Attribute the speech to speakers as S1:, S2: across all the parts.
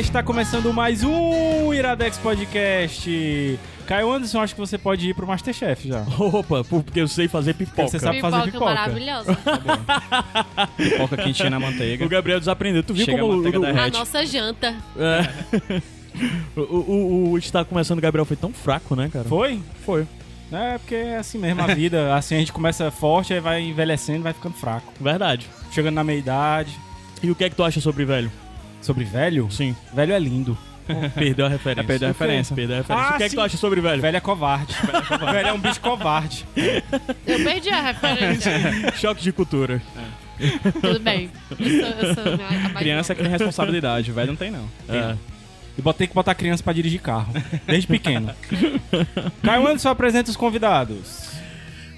S1: Está começando mais um Iradex Podcast. Caio Anderson, acho que você pode ir pro Masterchef já.
S2: Opa, porque eu sei fazer pipoca.
S1: Você sabe
S3: pipoca,
S1: fazer pipoca.
S3: maravilhosa.
S4: Pipoca quentinha na manteiga.
S2: O Gabriel desaprendeu. Tu viu
S4: Chega
S2: como
S4: a
S2: o,
S4: manteiga
S2: o-
S4: derrete.
S3: A
S4: Ed.
S3: nossa janta.
S2: o, o- o está começando o Gabriel foi tão fraco, né, cara?
S1: Foi?
S2: Foi.
S1: É, porque é assim mesmo a vida. Assim a gente começa forte, aí vai envelhecendo, vai ficando fraco.
S2: Verdade.
S1: Chegando na meia-idade.
S2: E o que é que tu acha sobre velho?
S1: Sobre velho?
S2: Sim.
S1: Velho é lindo.
S2: Perdeu a referência.
S4: É, perdeu a
S2: O quê?
S4: referência.
S2: Perdeu a referência.
S1: Ah,
S2: o que é que
S1: sim.
S2: tu acha sobre velho?
S1: Velho é covarde. velho é um bicho covarde.
S3: Eu perdi a
S2: É.
S3: referência.
S2: Choque de cultura.
S3: Tudo bem. Eu sou, eu sou a mais
S4: Criança que tem responsabilidade, velho não tem não.
S2: É.
S1: E botei que botar criança pra dirigir carro. Desde pequeno. Caio Anderson apresenta os convidados.
S2: É.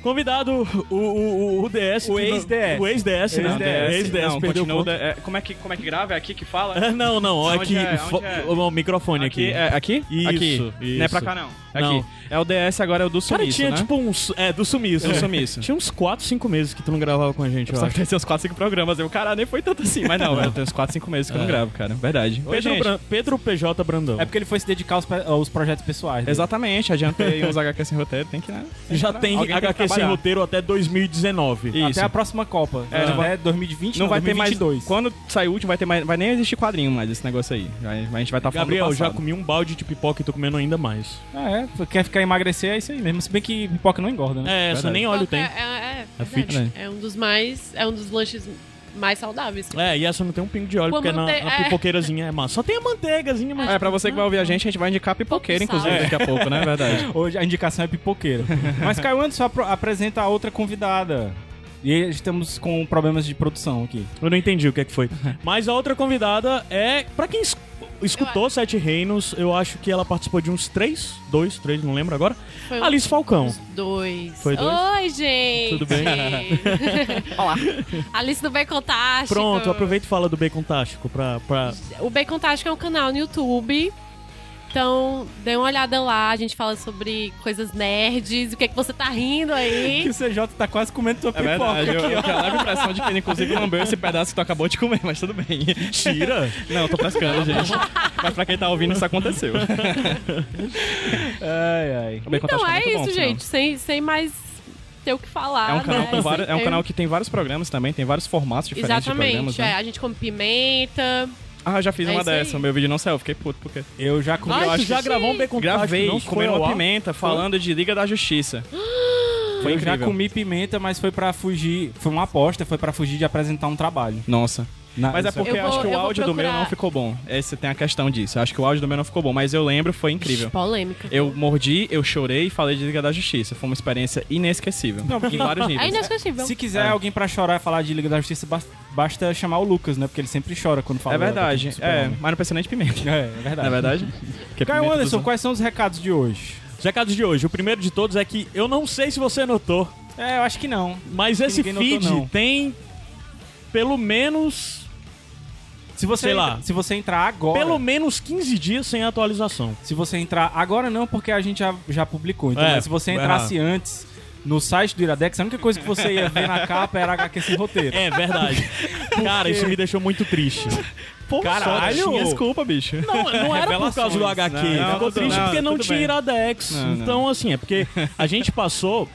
S2: Convidado o, o, o- o DS.
S1: O
S2: que não-
S1: ex-DS.
S2: O ex-DS, né?
S1: Ex-DS.
S2: Ex-DS,
S4: não,
S2: perdeu o
S4: continua o
S2: ponto.
S4: de- é, como, é que, como é que grava? É aqui que
S2: É,
S4: fala?
S2: não, não. ó,
S4: Onde
S2: aqui.
S4: é?
S2: fo-
S4: Onde é?
S2: O, microfone aqui.
S4: É aqui?
S2: Isso,
S4: aqui. Não é
S2: isso.
S4: pra cá não. É
S2: Não.
S4: Aqui. É o DS agora, é o do
S2: Cara,
S4: sumiço,
S2: tinha
S4: né?
S2: tipo uns. É, do sumiço.
S4: Do
S2: é.
S4: sumiço.
S2: Tinha uns 4, 5 meses que tu não gravava com a gente, eu
S4: Só que
S2: acho.
S4: tipo, tem seus 4, 5 programas. Eu, cara, nem foi tanto assim. Mas não, tem uns 4, 5 meses que eu não
S2: É.
S4: gravo, cara. Verdade. Oi,
S2: Pedro,
S4: gente.
S2: Bran- Pedro PJ Brandão.
S1: É porque ele foi se dedicar aos, pe- aos projetos pessoais. né? dele.
S4: Exatamente, adiantei uns HQ sem roteiro, tem que, né?
S2: Já tem
S1: Alguém tem que
S2: HQ sem
S1: trabalhar.
S2: roteiro até 2019.
S4: E- Isso.
S1: Até a próxima Copa.
S4: É, não
S1: até 2020,
S4: Não, vai ter mais.
S1: 2022.
S4: Quando sair o último, vai ter mais. Vai nem existir quadrinho mais esse negócio aí. Vai- a gente vai estar falando. do
S2: Gabriel, já
S4: passado.
S2: comi um balde de pipoca e tô comendo ainda mais.
S1: Ah, é, quer ficar emagrecer, é isso aí mesmo. Se bem que pipoca não engorda, né?
S2: É, essa
S4: Verdade.
S2: nem
S3: Pipoca
S2: óleo tem.
S3: É, é, é
S2: fit,
S3: verdade. É um dos mais. É um dos lanches mais saudáveis.
S2: É, e essa não tem um pingo de óleo,
S3: Com a
S2: porque na,
S3: mante-
S2: na
S3: é.
S2: pipoqueirazinha é massa. Só tem a manteigazinha, mas...
S4: É, pra você que vai ouvir a gente, a gente vai indicar pipoqueiro,
S3: Pouco sal.
S4: inclusive, daqui a pouco, né? Verdade.
S1: Hoje a indicação é pipoqueiro. Mas Caio Anderson apro- apresenta a outra convidada. E estamos com problemas de produção aqui.
S2: Eu não entendi o que é que foi. Mas a outra convidada é... Pra quem es- escutou Sete Reinos, eu acho que ela participou de uns três, dois, três, não lembro agora.
S3: Foi um
S2: Alice Falcão.
S3: dos dois.
S2: Foi dois?
S3: Oi, gente.
S2: Tudo bem?
S3: Olá. Alice do Bacon tá Tástico.
S2: Pronto, aproveita e fala do Bacon Tástico pra... pra...
S3: O Bacon Tástico é um canal no YouTube. Então, dê uma olhada lá. A gente fala sobre coisas nerds. O que é que você tá rindo aí?
S1: Que o CJ tá quase comendo tua
S4: É
S1: pipoca
S4: verdade. Eu,
S1: aqui,
S4: eu tenho a leve impressão de que ele, inclusive, lambeu esse pedaço que tu acabou de comer, mas tudo bem.
S2: Tira!
S4: Não, eu tô pescando, gente. Mas pra quem tá ouvindo, isso aconteceu.
S1: ó. Ai, ai.
S4: O Bacon
S3: Então
S4: Tático
S3: é
S4: muito tá bom,
S3: isso,
S4: por sinal.
S3: gente. Sem, sem mais ter o que falar.
S4: É um, canal
S3: né?
S4: com vários- é um
S3: Sem-
S4: canal que tem vários programas também, tem vários formatos diferentes de programas.
S3: Exatamente,
S4: né?
S3: é. A gente come pimenta.
S4: Ah, eu já fiz
S3: É
S4: uma
S3: isso aí.
S4: dessa, meu vídeo não saiu, eu fiquei puto porque.
S1: Eu já comi.
S2: Ai,
S4: eu
S2: tu
S4: acho
S2: já
S4: que-
S2: gravou um Bacon
S4: Gravei
S2: Tástico? não foi
S4: comendo
S2: ao
S4: uma
S2: ar?
S4: pimenta falando de Liga da Justiça. Foi
S1: eu já
S4: incrível.
S1: comi pimenta, mas foi pra fugir. Foi uma aposta, foi pra fugir de apresentar um trabalho.
S4: Nossa.
S2: Ah,
S1: Na-
S4: Mas é porque
S3: Eu
S4: eu
S3: vou-
S4: acho que
S3: eu
S4: o
S3: vou
S4: áudio do meu
S3: procurar-
S4: não ficou bom. Esse tem a questão disso. Eu acho que o áudio do meu não ficou bom, mas eu lembro, foi incrível. É
S3: Polêmica.
S4: Eu mordi, eu chorei e falei de Liga da Justiça. Foi uma experiência inesquecível.
S1: Não, porque-
S4: em vários
S3: É
S4: níveis.
S3: inesquecível.
S1: Se quiser alguém pra chorar e falar de Liga da Justiça, bas- basta chamar o Lucas, né? Porque ele sempre chora quando fala.
S4: É verdade.
S1: do
S4: É,
S1: Super-Homem.
S4: mas não precisa nem de pimenta.
S1: É, é verdade.
S4: Não é verdade? Que é
S1: Caio
S4: pimenta
S1: Anderson,
S4: dos-
S1: quais são os recados de hoje?
S2: Os recados de hoje. O primeiro de todos é que eu não sei se você notou,
S1: É, eu acho que não.
S2: mas esse
S1: ninguém notou,
S2: feed
S1: não.
S2: tem pelo menos
S1: Se você,
S2: Sei lá.
S1: entra- se você entrar agora.
S2: pelo menos 15 dias sem atualização.
S1: Se você entrar agora não, porque a gente já, já publicou. Então,
S2: É,
S1: mas se você
S2: vai lá.
S1: entrasse antes no site do Iradex, a única coisa que você ia ver na capa era HQ sem roteiro.
S2: É verdade. Cara, isso me deixou muito triste.
S4: Pô,
S1: Caralho!
S4: só tinha desculpa, bicho.
S2: Não, não era por causa do HQ.
S4: Não,
S2: Ficou
S4: tudo-
S2: triste
S4: não,
S2: porque não
S4: tudo
S2: tinha
S4: bem.
S2: Iradex.
S4: Não, não.
S2: então, assim, é porque a gente passou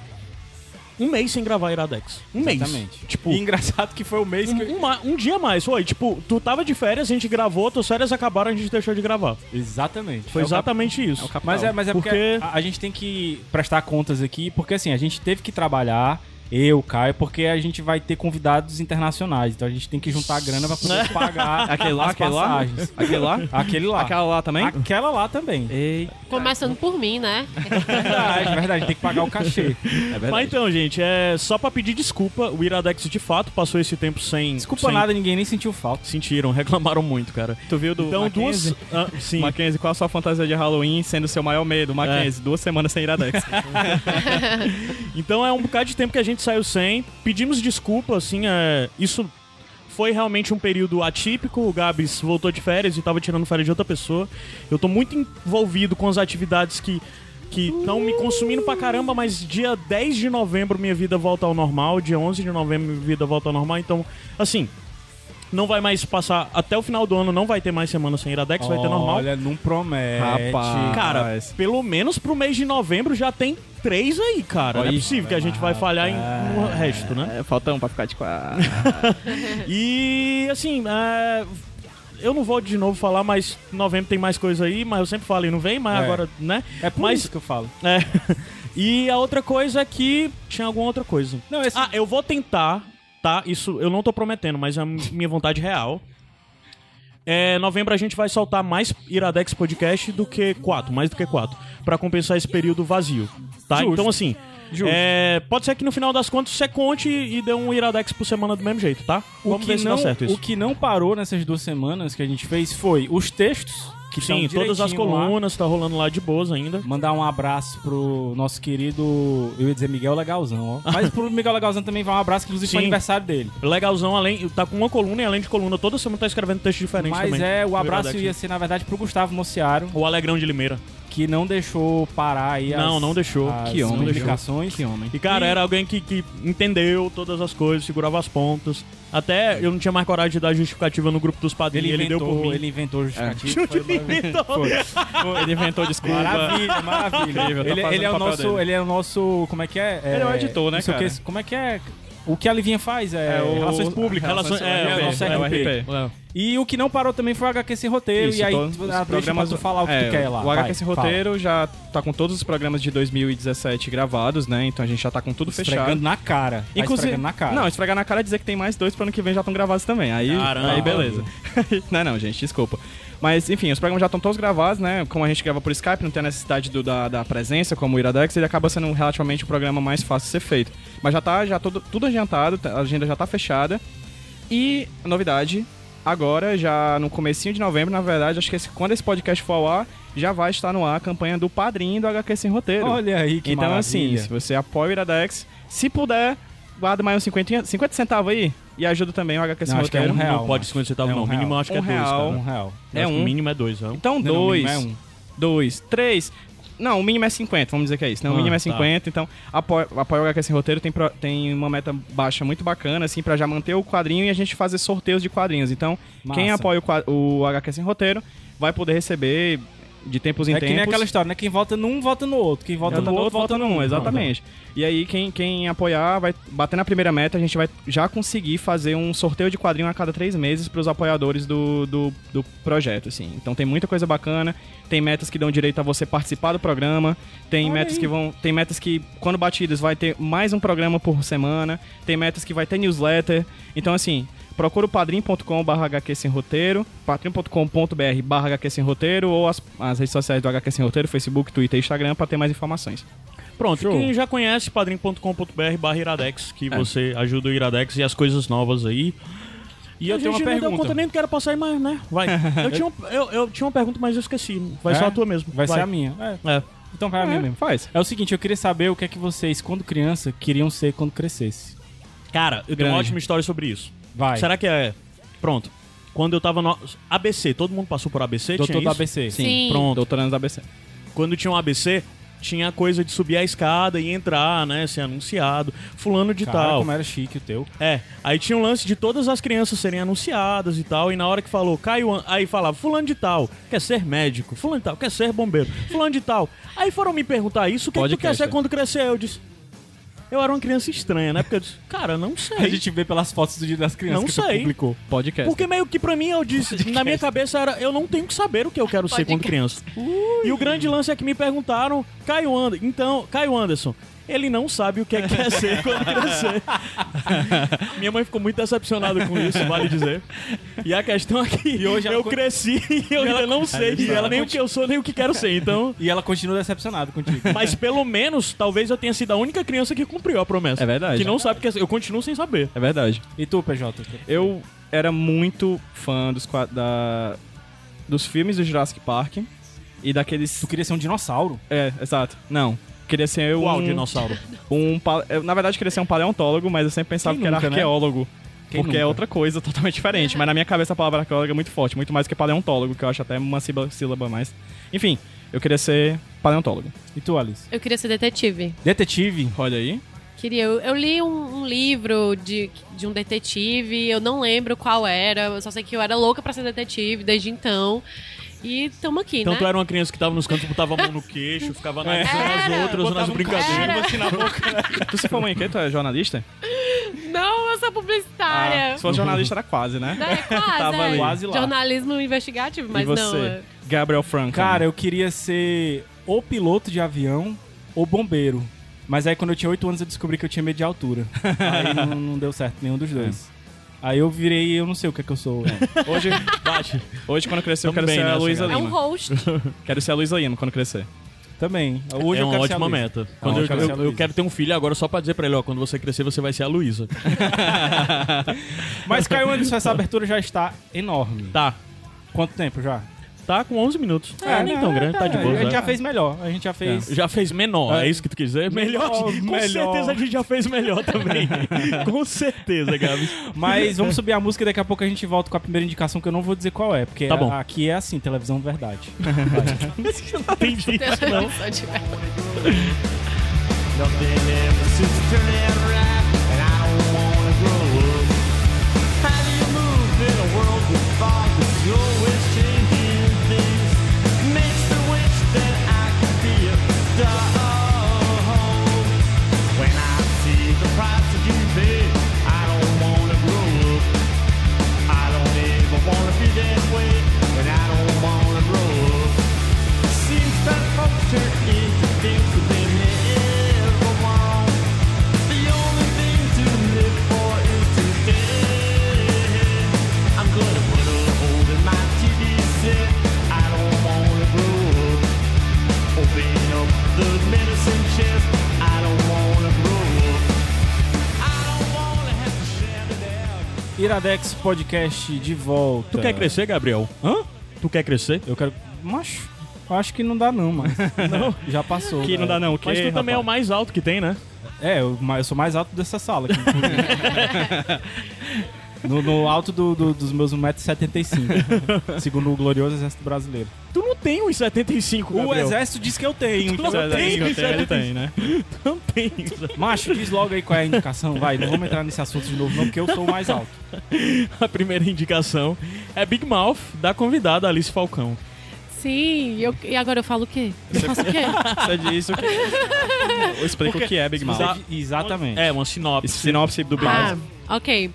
S2: um mês sem gravar Iradex. Um mês.
S1: Exatamente.
S2: Tipo,
S1: E engraçado que foi o mês que.
S2: um, uma- um dia mais. Foi, tipo, tu tava de férias, a gente gravou, tuas férias acabaram, a gente deixou de gravar.
S1: Exatamente.
S2: Foi
S1: É o cap-
S2: exatamente isso.
S4: o capital.
S1: Mas é, mas é porque,
S2: Porque-
S1: a, a gente tem que prestar contas aqui, porque assim, a gente teve que trabalhar, eu, Caio, porque a gente vai ter convidados internacionais. Então a gente tem que juntar a grana pra poder pagar
S4: Aquele lá,
S1: as
S4: aquele lá?
S1: passagens.
S4: Aquele lá?
S1: Aquele lá.
S4: Aquela lá também? É
S1: Aquela lá também.
S4: Eita.
S3: Começando por mim, né?
S1: Verdade, verdade, tem que pagar o cachê.
S4: É verdade.
S2: Mas então, gente, é só pra pedir desculpa. O Iradex de fato passou esse tempo sem.
S1: Desculpa
S2: sem-
S1: nada, ninguém nem sentiu falta.
S2: Sentiram, reclamaram muito, cara.
S4: Tu viu do
S2: Então,
S4: Mackenzie?
S2: duas. Ah, sim.
S4: Mackenzie, qual a sua fantasia de Halloween sendo seu maior medo?
S1: É.
S4: Mackenzie, duas semanas sem Iradex.
S2: Então é um bocado de tempo que a gente saiu sem. Pedimos desculpa, assim, é, isso foi realmente um período atípico. O Gabs voltou de férias e tava tirando férias de outra pessoa. Eu tô muito envolvido com as atividades que que estão me consumindo pra caramba, mas dia 10 de novembro minha vida volta ao normal, dia 11 de novembro minha vida volta ao normal. Então, assim, não vai mais passar até o final do ano, não vai ter mais semana sem Iradex, vai ter Então, é normal.
S1: Olha, É, não promete. Ah,
S4: Rapaz.
S2: Cara,
S4: Rapaz.
S2: pelo menos pro mês de novembro já tem três aí, cara. Não é
S4: Oi.
S2: possível que a gente vai falhar em no resto, né?
S4: É, falta um pra ficar de quatro.
S1: É.
S2: E assim, é, eu não vou de novo falar, mas novembro tem mais coisa aí, mas eu sempre falo e não vem, mas
S1: É.
S2: agora, né?
S1: É por
S2: Mas-
S1: isso que eu falo.
S2: É. E a outra coisa é que tinha alguma outra coisa.
S1: Não, esse...
S2: Ah, eu vou tentar, tá? Isso eu não tô prometendo, mas é a minha vontade real. É, novembro a gente vai soltar mais Iradex Podcast do que quatro, mais do que quatro, pra compensar esse período vazio, tá?
S1: Justo.
S2: Então assim,
S1: Justo.
S2: é, pode ser que no final das contas você conte e dê um Iradex por semana do mesmo jeito, tá?
S1: o,
S2: Vamos
S1: que
S2: ver se
S1: não,
S2: dá certo isso.
S1: o que não parou nessas duas semanas que a gente fez foi os textos. Que
S2: Sim,
S1: estão
S2: todas as
S1: direitinho lá.
S2: colunas, tá rolando lá de boas ainda.
S1: Mandar um abraço pro nosso querido, eu ia dizer Miguel Legalzão, ó. Mas pro Miguel Legalzão também vai um abraço, inclusive
S2: Sim.
S1: pro aniversário dele.
S2: Legalzão, além. Tá com uma coluna e além de coluna, toda semana tá escrevendo texto diferente
S1: Mas
S2: também.
S1: é, o abraço
S2: Iradex.
S1: ia ser, na verdade, pro Gustavo Mociaro,
S2: O Alegrão de Limeira.
S1: que não deixou parar aí as,
S2: Não, não deixou.
S1: as
S4: Que homem,
S1: publicações.
S4: Que homem.
S2: E, cara, era alguém que, que entendeu todas as coisas, segurava as pontas. Até eu não tinha mais coragem de dar justificativa no grupo dos padrinhos,
S1: Ele,
S2: ele, deu por
S1: inventou,
S2: mim.
S1: ele inventou o justificativo.
S2: Então,
S4: Ele inventou desculpa.
S1: Maravilha, maravilha.
S4: É. Incrível, tá
S1: ele,
S4: fazendo
S1: ele é o
S4: o papel
S1: nosso,
S4: dele.
S1: ele é o nosso, como é que é?
S4: Ele é o editor, né,
S1: não sei o
S4: cara?
S1: que, como é que é? O que a Livinha faz é,
S4: É o-
S1: relações públicas.
S2: relações-
S4: é,
S1: é, o nosso
S2: é,
S4: o
S1: RP.
S4: RP.
S1: E o que não parou também foi o HQ sem roteiro.
S4: Isso,
S1: e aí,
S4: todos os
S1: ah, deixa pra tu falar o que
S4: é,
S1: tu quer lá.
S4: O
S1: vai,
S4: HQS
S1: fala.
S4: Roteiro já tá com todos os programas de 2017 gravados, né? Então a gente já tá com tudo
S1: Esfregando
S4: fechado.
S1: na cara. Tá esfregando na cara.
S4: Não, esfregar na cara é dizer que tem mais dois pro ano que vem já estão gravados também. Aí,
S2: Caramba.
S4: aí beleza. não, não, gente, desculpa. Mas, enfim, os programas já estão todos gravados, né? Como a gente grava por Skype, não tem a necessidade do- da, da presença, como o Iradex, ele acaba sendo relativamente o programa mais fácil de ser feito. Mas já tá já todo, tudo adiantado, tá- a agenda já tá fechada. E, novidade, agora, já no comecinho de novembro, na verdade, acho que esse- quando esse podcast for ao ar, já vai estar no ar a campanha do padrinho do HQ Sem Roteiro.
S1: Olha aí que
S4: então, assim,
S1: maravilha.
S4: se você apoia o Iradex, se puder, guarda mais uns 50, 50 centavos aí e ajuda também o HQ Sem
S1: Não, acho que é um
S4: Roteiro.
S1: real,
S2: não pode
S1: mano.
S2: 50 centavos,
S1: É um
S2: não. O mínimo eu acho que é
S4: Um
S2: dois,
S4: real.
S2: cara.
S1: um real.
S2: Eu
S4: É
S2: acho que
S4: um.
S2: O mínimo é dois, ó.
S4: Então,
S1: Não, o
S4: dois,
S1: mínimo é um.
S4: dois, três. Não, o mínimo é 50, vamos dizer que é isso. Não, o
S2: Ah,
S4: mínimo é
S2: tá.
S4: 50, então apoia, apoia o HQ Sem Roteiro, tem, pro- tem uma meta baixa muito bacana, assim, pra já manter o quadrinho e a gente fazer sorteios de quadrinhos. Então, quem
S1: Massa.
S4: apoia o, qua- o HQ Sem Roteiro vai poder receber de tempos em
S1: É
S4: tempos.
S1: que nem aquela história, né? Quem vota num, vota no outro. Quem vota
S4: Volta
S1: É, no outro, vota no
S4: num,
S1: outro.
S4: um, exatamente. E aí, quem, quem apoiar, vai bater na primeira meta, a gente vai já conseguir fazer um sorteio de quadrinho a cada três meses para os apoiadores do, do, do projeto, assim. Então tem muita coisa bacana, tem metas que dão direito a você participar do programa, tem
S1: Olha
S4: metas
S1: aí.
S4: que vão. Tem metas que, quando batidas, vai ter mais um programa por semana, tem metas que vai ter newsletter. Então, assim. Procura o padrim.com barra HQ Sem Roteiro, padrim.com.br barra HQ Sem Roteiro ou as, as redes sociais do HQ Sem Roteiro, Facebook, Twitter e Instagram, para ter mais informações.
S2: Pronto,
S1: Show.
S2: quem já conhece, padrim.com.br barra Iradex, que
S4: É.
S2: você ajuda o Iradex e as coisas novas aí. E eu
S1: A
S2: tenho uma
S1: gente não deu
S2: pergunta.
S1: conta
S2: nem do que era passar mais, né? Vai. eu, tinha um- eu, eu tinha uma pergunta, mas eu esqueci. Vai
S1: É?
S2: ser a tua mesmo.
S1: Vai ser a minha. É,
S2: É.
S1: então vai a minha
S4: É,
S1: mesmo.
S4: Faz.
S1: É o seguinte, eu queria saber o que é que vocês, quando criança, queriam ser quando crescesse.
S2: Cara, eu tenho
S4: Grande.
S2: uma ótima história sobre isso.
S1: Vai.
S2: Será que é. Pronto. Quando eu tava no. ABC, todo mundo passou por ABC?
S1: Doutor
S2: tinha
S1: do
S2: isso?
S1: ABC.
S3: Sim.
S2: Pronto.
S4: Doutorando da ABC.
S2: Quando tinha um ABC, tinha a coisa de subir a escada e entrar, né? Ser anunciado. Fulano de
S1: Cara,
S2: tal.
S1: como era chique o teu.
S2: É, aí tinha um lance de todas as crianças serem anunciadas e tal, e na hora que falou, Caio, An- aí falava, fulano de tal, quer ser médico, fulano de tal, quer ser bombeiro, fulano de tal. Aí foram me perguntar isso, o que, que tu quer
S4: Podcast,
S2: ser
S4: é.
S2: quando crescer? Eu disse, eu era uma criança estranha, né? Porque eu disse, cara, não
S1: A
S2: sei.
S1: gente vê pelas fotos do dia das crianças
S2: Não
S1: que tu
S2: sei.
S1: publicou.
S4: Podcast.
S2: Porque meio que pra mim, eu disse, na minha cabeça era, eu não tenho que saber o que eu quero ser quando criança. E o grande lance é que me perguntaram, Caio Anderson, então, Caio Anderson, ele não sabe o que é que quer ser quando crescer. Minha mãe ficou muito decepcionada com isso, vale dizer. E a questão é que
S1: E hoje ela
S2: eu
S1: co-
S2: cresci e eu ainda não sei
S1: Aí está.
S2: ela nem o que eu sou, nem o que quero ser, então...
S1: E ela continua decepcionada contigo.
S2: Mas pelo menos, talvez eu tenha sido a única criança que cumpriu a promessa.
S4: É verdade.
S2: Que não sabe o que é ser. Eu continuo sem saber.
S4: É verdade.
S1: E tu, PJ?
S4: Eu era muito fã dos, qua- da, dos filmes do Jurassic Park e daqueles.
S1: Tu queria ser um dinossauro.
S4: É, exato. Não. Queria ser eu
S1: Hum.
S2: Qual
S4: um,
S2: dinossauro?
S4: um pa- eu, Na verdade, queria ser um paleontólogo, mas eu sempre pensava
S1: Quem
S4: que era
S1: nunca, né?
S4: arqueólogo.
S1: Quem
S4: porque é
S1: nunca?
S4: outra coisa totalmente diferente. Mas na minha cabeça a palavra arqueólogo é muito forte, muito mais que paleontólogo, que eu acho até uma sílaba, sílaba a mais. Enfim, eu queria ser paleontólogo.
S1: E tu, Alice?
S3: Eu queria ser detetive.
S1: Detetive?
S4: Olha aí.
S3: Queria. Eu, eu li um, um livro de, de um detetive, eu não lembro qual era, eu só sei que eu era louca pra ser detetive desde então. E estamos aqui,
S2: Então
S3: né?
S2: tu
S4: é-
S2: era uma criança que tava nos cantos, botava a mão no queixo, ficava analisando
S3: Era. um
S2: as outras, nas brincadeiras.
S3: cachimbo
S4: na boca. tu se formou em quê? Tu é jornalista?
S3: Não, eu sou publicitária.
S4: se fosse um jornalista era quase, né?
S3: Né? Quase,
S4: Ah, Tava
S3: é.
S4: ali.
S1: Quase lá.
S3: Jornalismo investigativo, mas
S4: e você,
S3: não. é.
S4: Gabriel Franco.
S1: Cara, eu queria ser ou piloto de avião ou bombeiro. Mas aí quando eu tinha 8 anos eu descobri que eu tinha medo de altura. Aí não, não deu certo nenhum dos
S2: É.
S1: dois. Aí eu virei, eu não sei o que é que eu sou.
S4: hoje,
S2: Bate.
S4: hoje quando crescer, eu quero
S2: Tamo bem
S4: ser a
S2: nessa,
S4: Luísa
S3: É
S4: Lima.
S3: um host.
S4: Quero ser a Luísa Lima quando crescer.
S1: Também. Hoje
S2: é
S1: eu
S2: uma
S1: quero ser a
S2: ótima
S1: Luísa.
S2: meta. Quando
S1: eu
S2: eu,
S1: quero ser a
S2: eu- eu
S1: Luísa.
S2: quero ter um filho agora só pra dizer pra ele, ó, quando você crescer você vai ser a Luísa.
S1: Mas, Caio Anderson, essa abertura já está enorme.
S2: Tá.
S1: Quanto tempo já?
S2: Tá com 11 minutos. É, nem tão grande, tá de boa.
S1: A gente
S2: né?
S1: já fez melhor. A gente já fez.
S2: Já fez menor, é. isso que tu quis dizer? Melhor,
S1: Melhor,
S2: com
S1: melhor.
S2: certeza a gente já fez melhor também. com certeza, Gabs.
S1: Mas vamos subir a música e daqui a pouco a gente volta com a primeira indicação que eu não vou dizer qual é, porque
S2: Tá bom.
S1: a- aqui é assim, televisão verdade.
S2: Entendi.
S3: Só de-
S5: Seems that culture is the thing to live ever want. The only thing to live for is today. I'm gonna put a hole in my TV set. I don't wanna grow up. Open up the medicine chest. I don't wanna grow up. I don't wanna have to shout it out.
S1: Iradex Podcast de volta.
S2: Tu quer crescer, Gabriel? Hã? Tu quer crescer?
S1: Eu quero. Macho, eu acho que não dá não, mano. não, já passou.
S4: Que não dá não, o
S2: Mas tu
S4: que,
S2: também é o mais alto que tem, né?
S1: É, eu, ma- eu sou mais alto dessa sala. aqui, inclusive. no, no alto do, do- dos meus 1,75m. segundo o glorioso exército brasileiro.
S2: Tu não tem uns 75,
S1: O
S2: Gabriel.
S1: exército diz que eu tenho.
S2: Tu não
S1: então eu
S2: tem,
S1: tenho.
S4: Ele tem, ele tem, né?
S2: Não tem isso.
S1: Macho, diz logo aí qual é a indicação, vai. Não vamos entrar nesse assunto de novo, não, porque eu sou o mais alto.
S2: A primeira indicação é Big Mouth, da convidada Alice Falcão.
S3: Sim, eu- e agora eu falo o quê? Eu faço o quê?
S4: Você diz o que... Eu explico o que é Big Mouth.
S1: Você di- Exatamente.
S2: É, uma sinopse.
S4: Sinopse do Big
S3: Ah,
S4: Mouth.
S3: ok.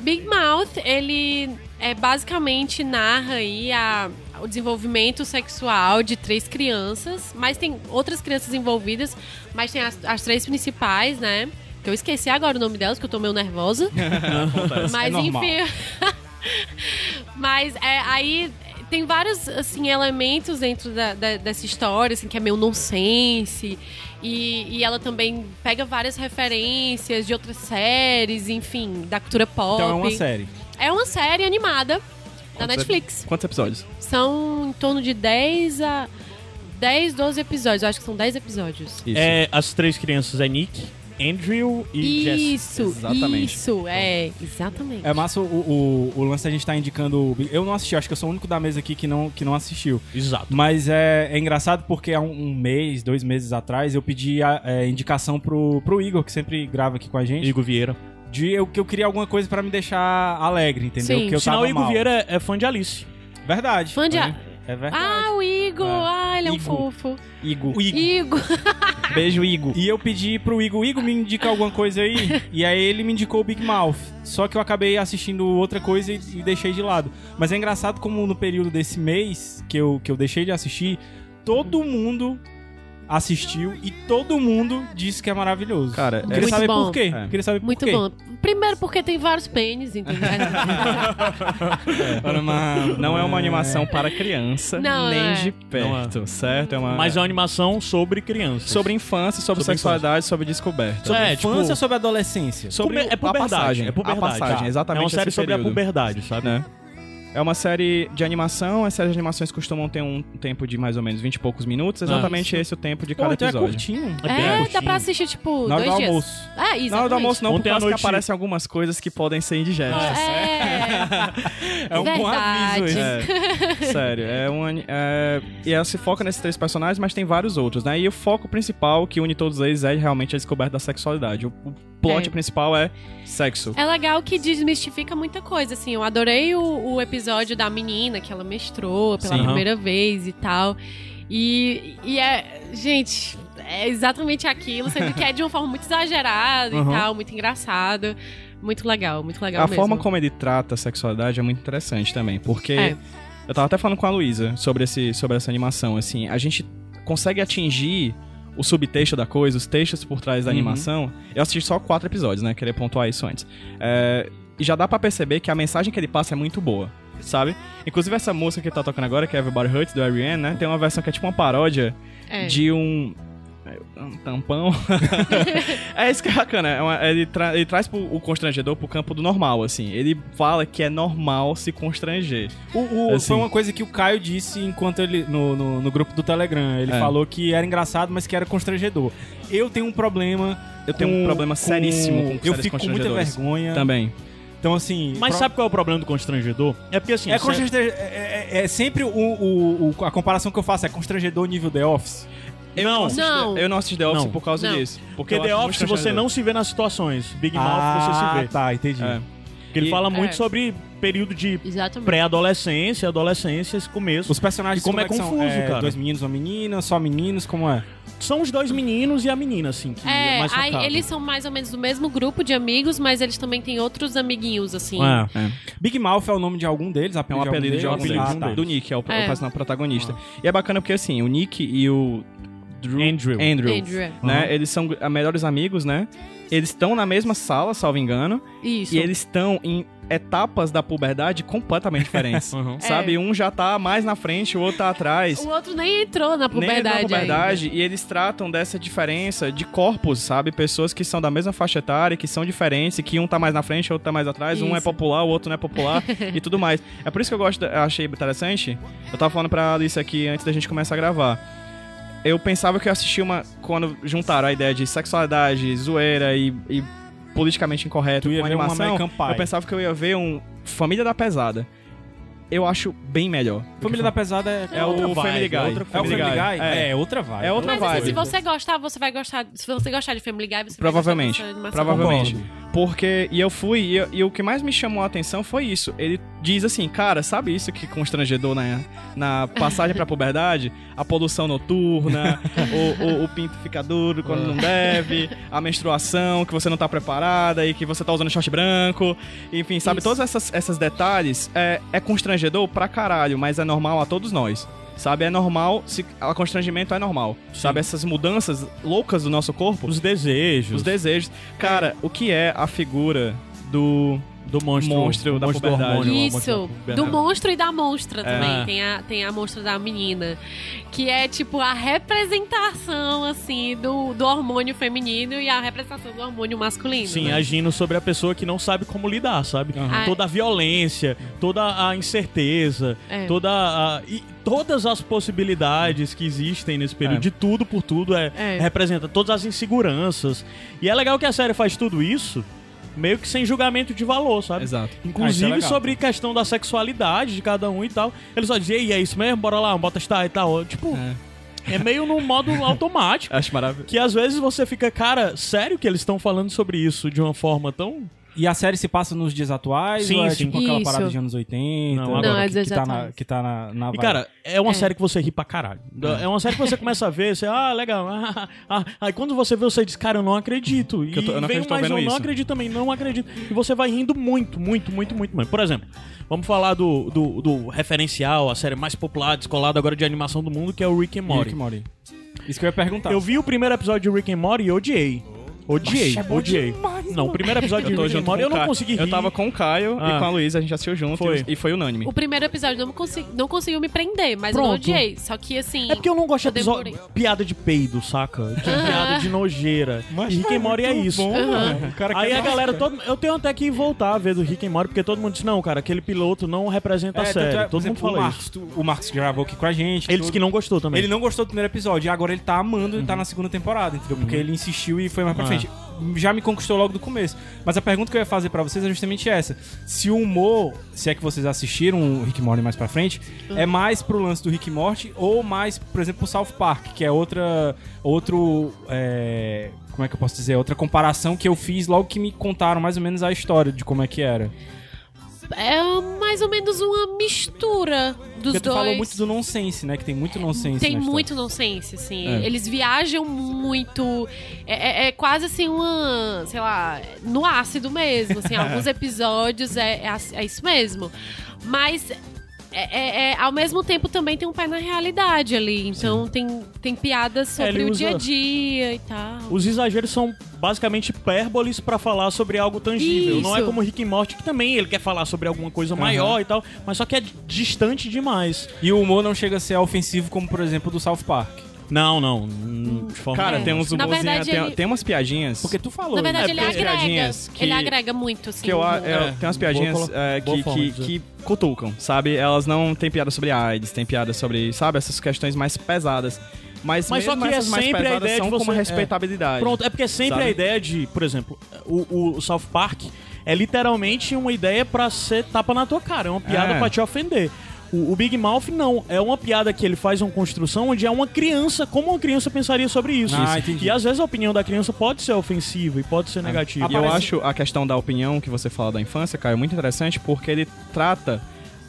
S3: Big Mouth, ele é basicamente narra aí a- o desenvolvimento sexual de três crianças, mas tem outras crianças envolvidas, mas tem as, as três principais, né? Que eu esqueci agora o nome delas, que eu tô meio nervosa.
S2: né?
S3: mas
S1: é normal.
S3: enfim. mas é, aí tem vários assim elementos dentro da- da- dessa história, assim, que é meio nonsense. E, e ela também pega várias referências de outras séries, enfim, da cultura pop.
S1: Então é uma série.
S3: É uma série animada da Netflix.
S4: Quantos episódios?
S3: São em torno de 10 a 10, 12 episódios. Eu acho que são 10 episódios.
S4: Isso.
S2: É, as três crianças é Nick, Andrew e Jess.
S3: Isso,
S4: Exatamente.
S3: isso, é, exatamente.
S1: É massa o, o, o lance a gente tá indicando. o Big- Eu não assisti, acho que eu sou o único da mesa aqui que não, que não assistiu.
S2: Exato.
S1: Mas é, é engraçado porque há um, um mês, dois meses atrás, eu pedi a é, indicação pro, pro Igor, que sempre grava aqui com a gente,
S2: Igor Vieira.
S1: de eu, que eu queria alguma coisa pra me deixar alegre, entendeu?
S3: Sim.
S1: Que eu
S2: Sinal,
S1: tava
S2: Igor
S1: mal.
S2: Vieira é, é fã de Alice.
S1: Verdade.
S3: Fã de a-
S1: É verdade.
S3: Ah, o Igor!
S1: É.
S3: Ah, ele é um
S1: Igor.
S3: fofo.
S1: Igor. Igor.
S3: Igor!
S4: Beijo, Igo.
S1: E eu pedi pro Igor, Igor, me indica alguma coisa aí. e aí ele me indicou o Big Mouth. Só que eu acabei assistindo outra coisa e, e deixei de lado. Mas é engraçado como no período desse mês que eu, que eu deixei de assistir, todo mundo assistiu e todo mundo disse que é maravilhoso.
S4: Cara,
S1: Eu
S4: é-
S1: queria
S3: Muito
S1: saber
S3: bom.
S1: por quê.
S4: É.
S1: Eu Queria saber por
S3: Muito
S1: quê.
S3: bom. Primeiro porque tem vários pênis, entendeu?
S1: Olha, mas-
S4: Não é uma animação para criança,
S3: Não,
S4: nem
S3: não é.
S4: de perto, certo? É uma...
S2: Mas é uma animação sobre crianças.
S4: Sobre infância, sobre,
S2: Sobre
S4: sexualidade, sobre descoberta.
S2: Sobre
S1: É,
S2: é, tipo,
S1: infância ou sobre adolescência?
S4: sobre
S2: puber- é
S4: a
S2: puberdade.
S4: passagem,
S2: é puberdade.
S4: a passagem,
S2: tá.
S4: exatamente
S2: É uma série
S4: esse
S2: sobre a
S4: período.
S2: puberdade, sabe?
S4: né? É uma série de animação, as séries de animações costumam ter um tempo de mais ou menos 20 e poucos
S3: Ah.
S4: minutos, exatamente esse é o tempo de
S1: Pô,
S4: cada
S1: então é
S4: episódio.
S1: curtinho.
S2: É bem
S3: é, dá
S2: curtinho.
S3: pra assistir, tipo,
S1: Na hora do
S3: dois dias.
S1: almoço.
S3: Ah, isso.
S4: Na hora do almoço não,
S2: Ontem
S4: porque
S2: à
S4: elas
S2: noite-
S4: aparecem algumas coisas que podem ser indigestas.
S3: É,
S1: É um bom aviso
S3: Verdade.
S1: isso.
S4: É, sério, é um ani- é, e ela se foca nesses três personagens, mas tem vários outros, né? E o foco principal que une todos eles é realmente a descoberta da sexualidade. O, o plot
S3: É.
S4: principal é sexo.
S3: é legal que desmistifica muita coisa, assim. Eu adorei o, o episódio da menina, que ela menstruou pela
S4: Sim.
S3: primeira vez e tal. E, e é... Gente, é exatamente aquilo. Sendo que é de uma forma muito exagerada
S4: Uhum.
S3: e tal, muito engraçado. Muito legal, muito legal
S4: A
S3: mesmo.
S4: forma como ele trata a sexualidade é muito interessante também, porque
S3: É.
S4: eu tava até falando com a Luísa sobre, esse, sobre essa animação, assim, a gente consegue atingir o subtexto da coisa, os textos por trás da
S1: Uhum.
S4: animação. Eu assisti só quatro episódios, né? Queria pontuar isso antes. É, e já dá pra perceber que a mensagem que ele passa é muito boa, sabe? Inclusive essa música que tá tocando agora, que é Everybody Hurts, do Ariane, né? Tem uma versão que é tipo uma paródia
S3: É.
S4: de um. Um tampão. é isso que é bacana. é uma- ele, tra- ele traz pro- o constrangedor pro campo do normal, assim. Ele fala que é normal se constranger.
S1: O- o-
S4: Assim.
S1: Foi uma coisa que o Caio disse enquanto ele. No, no, no grupo do Telegram. Ele
S4: É.
S1: falou que era engraçado, mas que era constrangedor. Eu tenho um problema.
S4: Eu tenho um
S1: com-
S4: problema
S1: com-
S4: seríssimo com
S1: Eu
S4: séries
S1: fico com muita
S4: constrangedoras.
S1: vergonha.
S4: Também.
S1: Então, assim.
S2: Mas
S1: pro-
S2: sabe qual é o problema do constrangedor? É porque assim.
S1: É,
S2: essa-
S1: constrangedor, é, é- é sempre o, o- o- a comparação que eu faço é constrangedor nível The Office.
S2: Não,
S4: assisti-
S3: Não.
S4: Eu não assisti The Office
S2: Não.
S4: por causa
S3: Não.
S4: disso. Porque
S2: porque
S4: eu
S2: The
S4: acho muito
S2: Office você não
S4: constrangedor.
S2: se vê nas situações. Big Mouth você se vê.
S1: tá, entendi.
S4: É.
S2: Porque ele
S4: E-
S2: fala muito
S3: É.
S2: sobre período de
S3: Exatamente.
S2: pré-adolescência, adolescência, esse começo.
S1: Os personagens
S2: E como é
S1: que são?
S2: confuso, cara.
S1: Dois meninos, uma menina, só meninos, como é?
S2: São os dois meninos e a menina, assim, que é,
S3: É,
S2: mais
S3: aí
S2: focado.
S3: eles são mais ou menos do mesmo grupo de amigos, mas eles também têm outros amiguinhos, assim.
S1: Ah,
S2: É.
S1: Big Mouth é o nome de algum deles,
S4: É um apelido de algum
S1: algum
S4: deles.
S1: deles. Ah,
S2: tá.
S4: Do Nick, é o, o
S3: É.
S4: personagem protagonista. E é bacana porque, assim, o Nick e o... Drew-
S2: Andrew.
S4: Andrew.
S3: Andrew.
S4: Né? Eles são ah, melhores amigos, né? Eles estão na mesma sala, salvo engano.
S3: Isso.
S4: E eles estão em etapas da puberdade completamente diferentes.
S3: É.
S2: Uhum.
S4: Sabe? Um já tá mais na frente, o outro tá atrás.
S3: O outro nem entrou Um
S4: Nem é
S3: na puberdade.
S4: da
S3: ainda.
S4: puberdade, e eles tratam dessa diferença de corpos, sabe? Pessoas que são da mesma faixa etária, que são diferentes, e que um tá mais na frente, o outro tá mais atrás, um é
S3: Isso.
S4: popular, o outro não é popular e tudo mais. É por isso que eu gosto, eu achei interessante. Eu tava falando pra Alice aqui antes da gente começar a gravar. Eu pensava que eu assisti uma. Quando juntaram a ideia de sexualidade, zoeira e, e politicamente incorreto
S1: Tu ia
S4: com
S1: ver uma
S4: animação,
S1: American Pie.
S4: eu pensava que eu ia ver um Família da Pesada. Eu acho bem melhor.
S1: Família da Pesada é,
S4: É
S1: outra
S4: o
S1: vibe,
S4: Family Guy.
S1: É, outra
S4: É o
S1: Family Guy?
S4: É.
S1: É, outra vibe.
S4: É outra
S3: Mas
S4: vibe.
S3: assim, se você gostar, você vai gostar. Se você gostar de Family Guy, você
S4: Provavelmente,
S3: vai gostar dessa animação.
S4: provavelmente.
S1: Concordo.
S4: Porque, e eu fui, e, eu- e o que mais me chamou a atenção foi isso. Ele diz assim, cara, sabe isso que constrangedor na, na passagem pra puberdade? A poluição noturna, o, o, o pinto fica duro quando não deve, a menstruação, que você não tá preparada e que você tá usando short branco. Enfim, sabe,
S3: Isso.
S4: todos essas, essas detalhes é, é constrangedor pra caralho, mas é normal a todos nós. Sabe, é normal, se, o constrangimento é normal. Sabe, essas mudanças loucas do nosso corpo
S2: Os desejos.
S4: os desejos. Cara, o que é a figura do.
S2: do monstro.
S4: monstro
S2: o
S4: da
S2: monstro do
S4: puberdade.
S2: hormônio. lá, o
S3: Isso,
S2: monstro da
S3: do
S2: puberdade.
S3: monstro e da monstra
S2: É.
S3: também. Tem a, tem a monstra da menina. Que é tipo a representação, assim, do, do hormônio feminino e a representação do hormônio masculino.
S2: Sim, é.
S3: né?
S2: agindo sobre a pessoa que não sabe como lidar, sabe?
S3: Ah,
S2: Toda a violência, toda a incerteza,
S3: é.
S2: toda a, e todas as possibilidades que existem nesse período,
S4: É.
S2: de tudo por tudo, é,
S3: É.
S2: representa todas as inseguranças. E é legal que a série faz tudo isso meio que sem julgamento de valor, sabe?
S4: Exato.
S1: Ah, isso é
S2: Inclusive
S1: legal.
S2: sobre questão da sexualidade de cada um e tal. Ele só dizia, e é isso mesmo, bora lá, bota estar e tal. Tipo, é meio no modo automático.
S4: Acho maravilhoso.
S2: Que às vezes você fica, cara, sério que eles estão falando sobre isso de uma forma tão.
S1: E a série se passa nos dias atuais?
S2: Sim,
S1: ou é,
S2: sim.
S1: Tipo aquela
S3: Isso.
S1: parada de anos 80?
S2: Não, agora. Não,
S3: é
S1: que,
S3: dos
S1: que tá na,
S3: atuais.
S1: que tá na, na
S2: E
S4: Ah,
S1: vibe.
S2: cara, é uma
S3: É.
S2: série que você ri pra caralho. É. uma série que você começa a ver, você, ah, legal. ah, ah, ah. Aí quando você vê, você diz, cara, eu não acredito. E
S4: Que eu tô- eu não
S2: vem
S4: acredito, tô
S2: mais
S4: vendo
S2: um, não
S4: isso.
S2: acredito também, não acredito. E você vai rindo muito, muito, muito, muito mesmo. Por exemplo, vamos falar do, do, do referencial, a série mais popular, descolada agora de animação do mundo, que é o Rick and Morty.
S1: Rick and Morty. Isso que eu ia perguntar.
S2: Eu vi o primeiro episódio de Rick and Morty e odiei. Odiei,
S6: Nossa, é bom
S2: odiei.
S6: demais,
S2: não,
S6: mano.
S2: o primeiro episódio de
S4: tô
S2: Rick and
S4: junto com
S2: Morty eu
S4: o
S2: não
S4: Caio.
S2: consegui rir.
S4: Eu tava com o Caio
S2: Ah.
S4: e com a Luísa, a gente assistiu junto
S2: Foi.
S4: E, e foi unânime.
S3: O primeiro episódio não, consi- não conseguiu me prender, mas eu não
S2: Pronto.
S3: odiei. Só que assim.
S2: É porque eu não gosto de episódio-
S3: demorei.
S2: piada de peido, saca? De piada de nojeira. e Rick and Morty é
S1: muito
S2: isso.
S1: bom,
S3: Uhum.
S1: mano. O cara
S2: Aí
S1: quer
S2: a
S1: dar-
S2: galera, todo... eu tenho até que voltar a ver do Rick and Morty, porque todo mundo disse, não, cara, aquele piloto não representa
S1: É,
S2: a
S1: tanto
S2: série.
S1: é, por
S2: tá todo mundo
S1: exemplo, o
S2: fala isso.
S1: Marcos, tu- o Marcos gravou aqui com a gente.
S2: Ele disse
S1: tudo.
S2: que não gostou também.
S1: Ele não gostou do primeiro episódio, e agora ele tá amando e tá na segunda temporada, entendeu? Porque ele insistiu e foi mais pra
S2: Ah.
S1: frente. Já me conquistou logo do começo. Mas a pergunta que eu ia fazer pra vocês é justamente essa. Se o humor, se é que vocês assistiram o Rick and Morty mais pra frente, é
S3: Uhum.
S1: mais pro lance do Rick and Morty ou mais, por exemplo, pro South Park, que é outra... Outro... é, como é que eu posso dizer? Outra comparação que eu fiz logo que me contaram mais ou menos a história de como é que era.
S3: É mais ou menos uma mistura dos
S1: Porque tu
S3: dois.
S1: falou muito do nonsense, né? Que tem muito nonsense
S3: Tem
S1: na história.
S3: muito nonsense, assim.
S1: É.
S3: Eles viajam muito. É, é- é quase assim uma. Sei lá, no ácido mesmo. Assim, alguns episódios é, é ass- é isso mesmo. Mas. É, é- é- ao mesmo tempo também tem um pé na realidade ali. Então tem, tem piadas
S2: É, ele
S3: sobre o
S2: usa-
S3: dia a dia e tal.
S2: Os exageros são basicamente hipérboles pra falar sobre algo tangível. Não é
S3: Isso.
S2: como Rick and Morty, que também ele quer falar sobre alguma coisa maior e tal, mas só que é distante demais.
S1: E o humor não chega a ser ofensivo como, por exemplo, do South Park.
S2: Não, não. hum, De forma
S4: Cara,
S3: É.
S4: tem uns
S3: Na
S4: humorzinhos,
S3: verdade,
S4: tem,
S3: ele-
S4: tem umas piadinhas.
S1: Porque tu falou,
S3: Na verdade,
S1: né?
S3: ele
S4: porque as
S3: agrega.
S4: piadinhas que-
S3: Ele é agrega muito, assim.
S4: que eu, a-
S3: no-
S4: eu-
S2: É,
S4: tem umas
S2: boa
S4: piadinhas
S2: colo-
S4: é,
S2: boa
S4: que,
S2: forma
S4: que,
S2: de dizer.
S4: que cutucam, sabe? Elas não tem piada sobre AIDS, tem piada sobre, sabe, essas questões mais pesadas. Mas,
S2: Mas só
S4: mesmo
S2: que é
S4: essas mais
S2: sempre a
S4: pesadas
S2: ideia de
S4: são com uma
S2: você- é.
S4: respeitabilidade.
S2: Pronto, é porque sempre
S4: Sabe?
S2: a ideia de, por exemplo, o, o South Park é literalmente uma ideia pra ser tapa na tua cara, é uma piada
S4: É.
S2: pra te ofender. O, o Big Mouth não, é uma piada que ele faz uma construção onde é uma criança, como uma criança pensaria sobre isso.
S1: Ah,
S2: Isso.
S1: entendi.
S2: e às vezes a opinião da criança pode ser ofensiva e pode ser negativa.
S4: É. E eu acho a questão da opinião que você fala da infância, Caio, muito interessante porque ele trata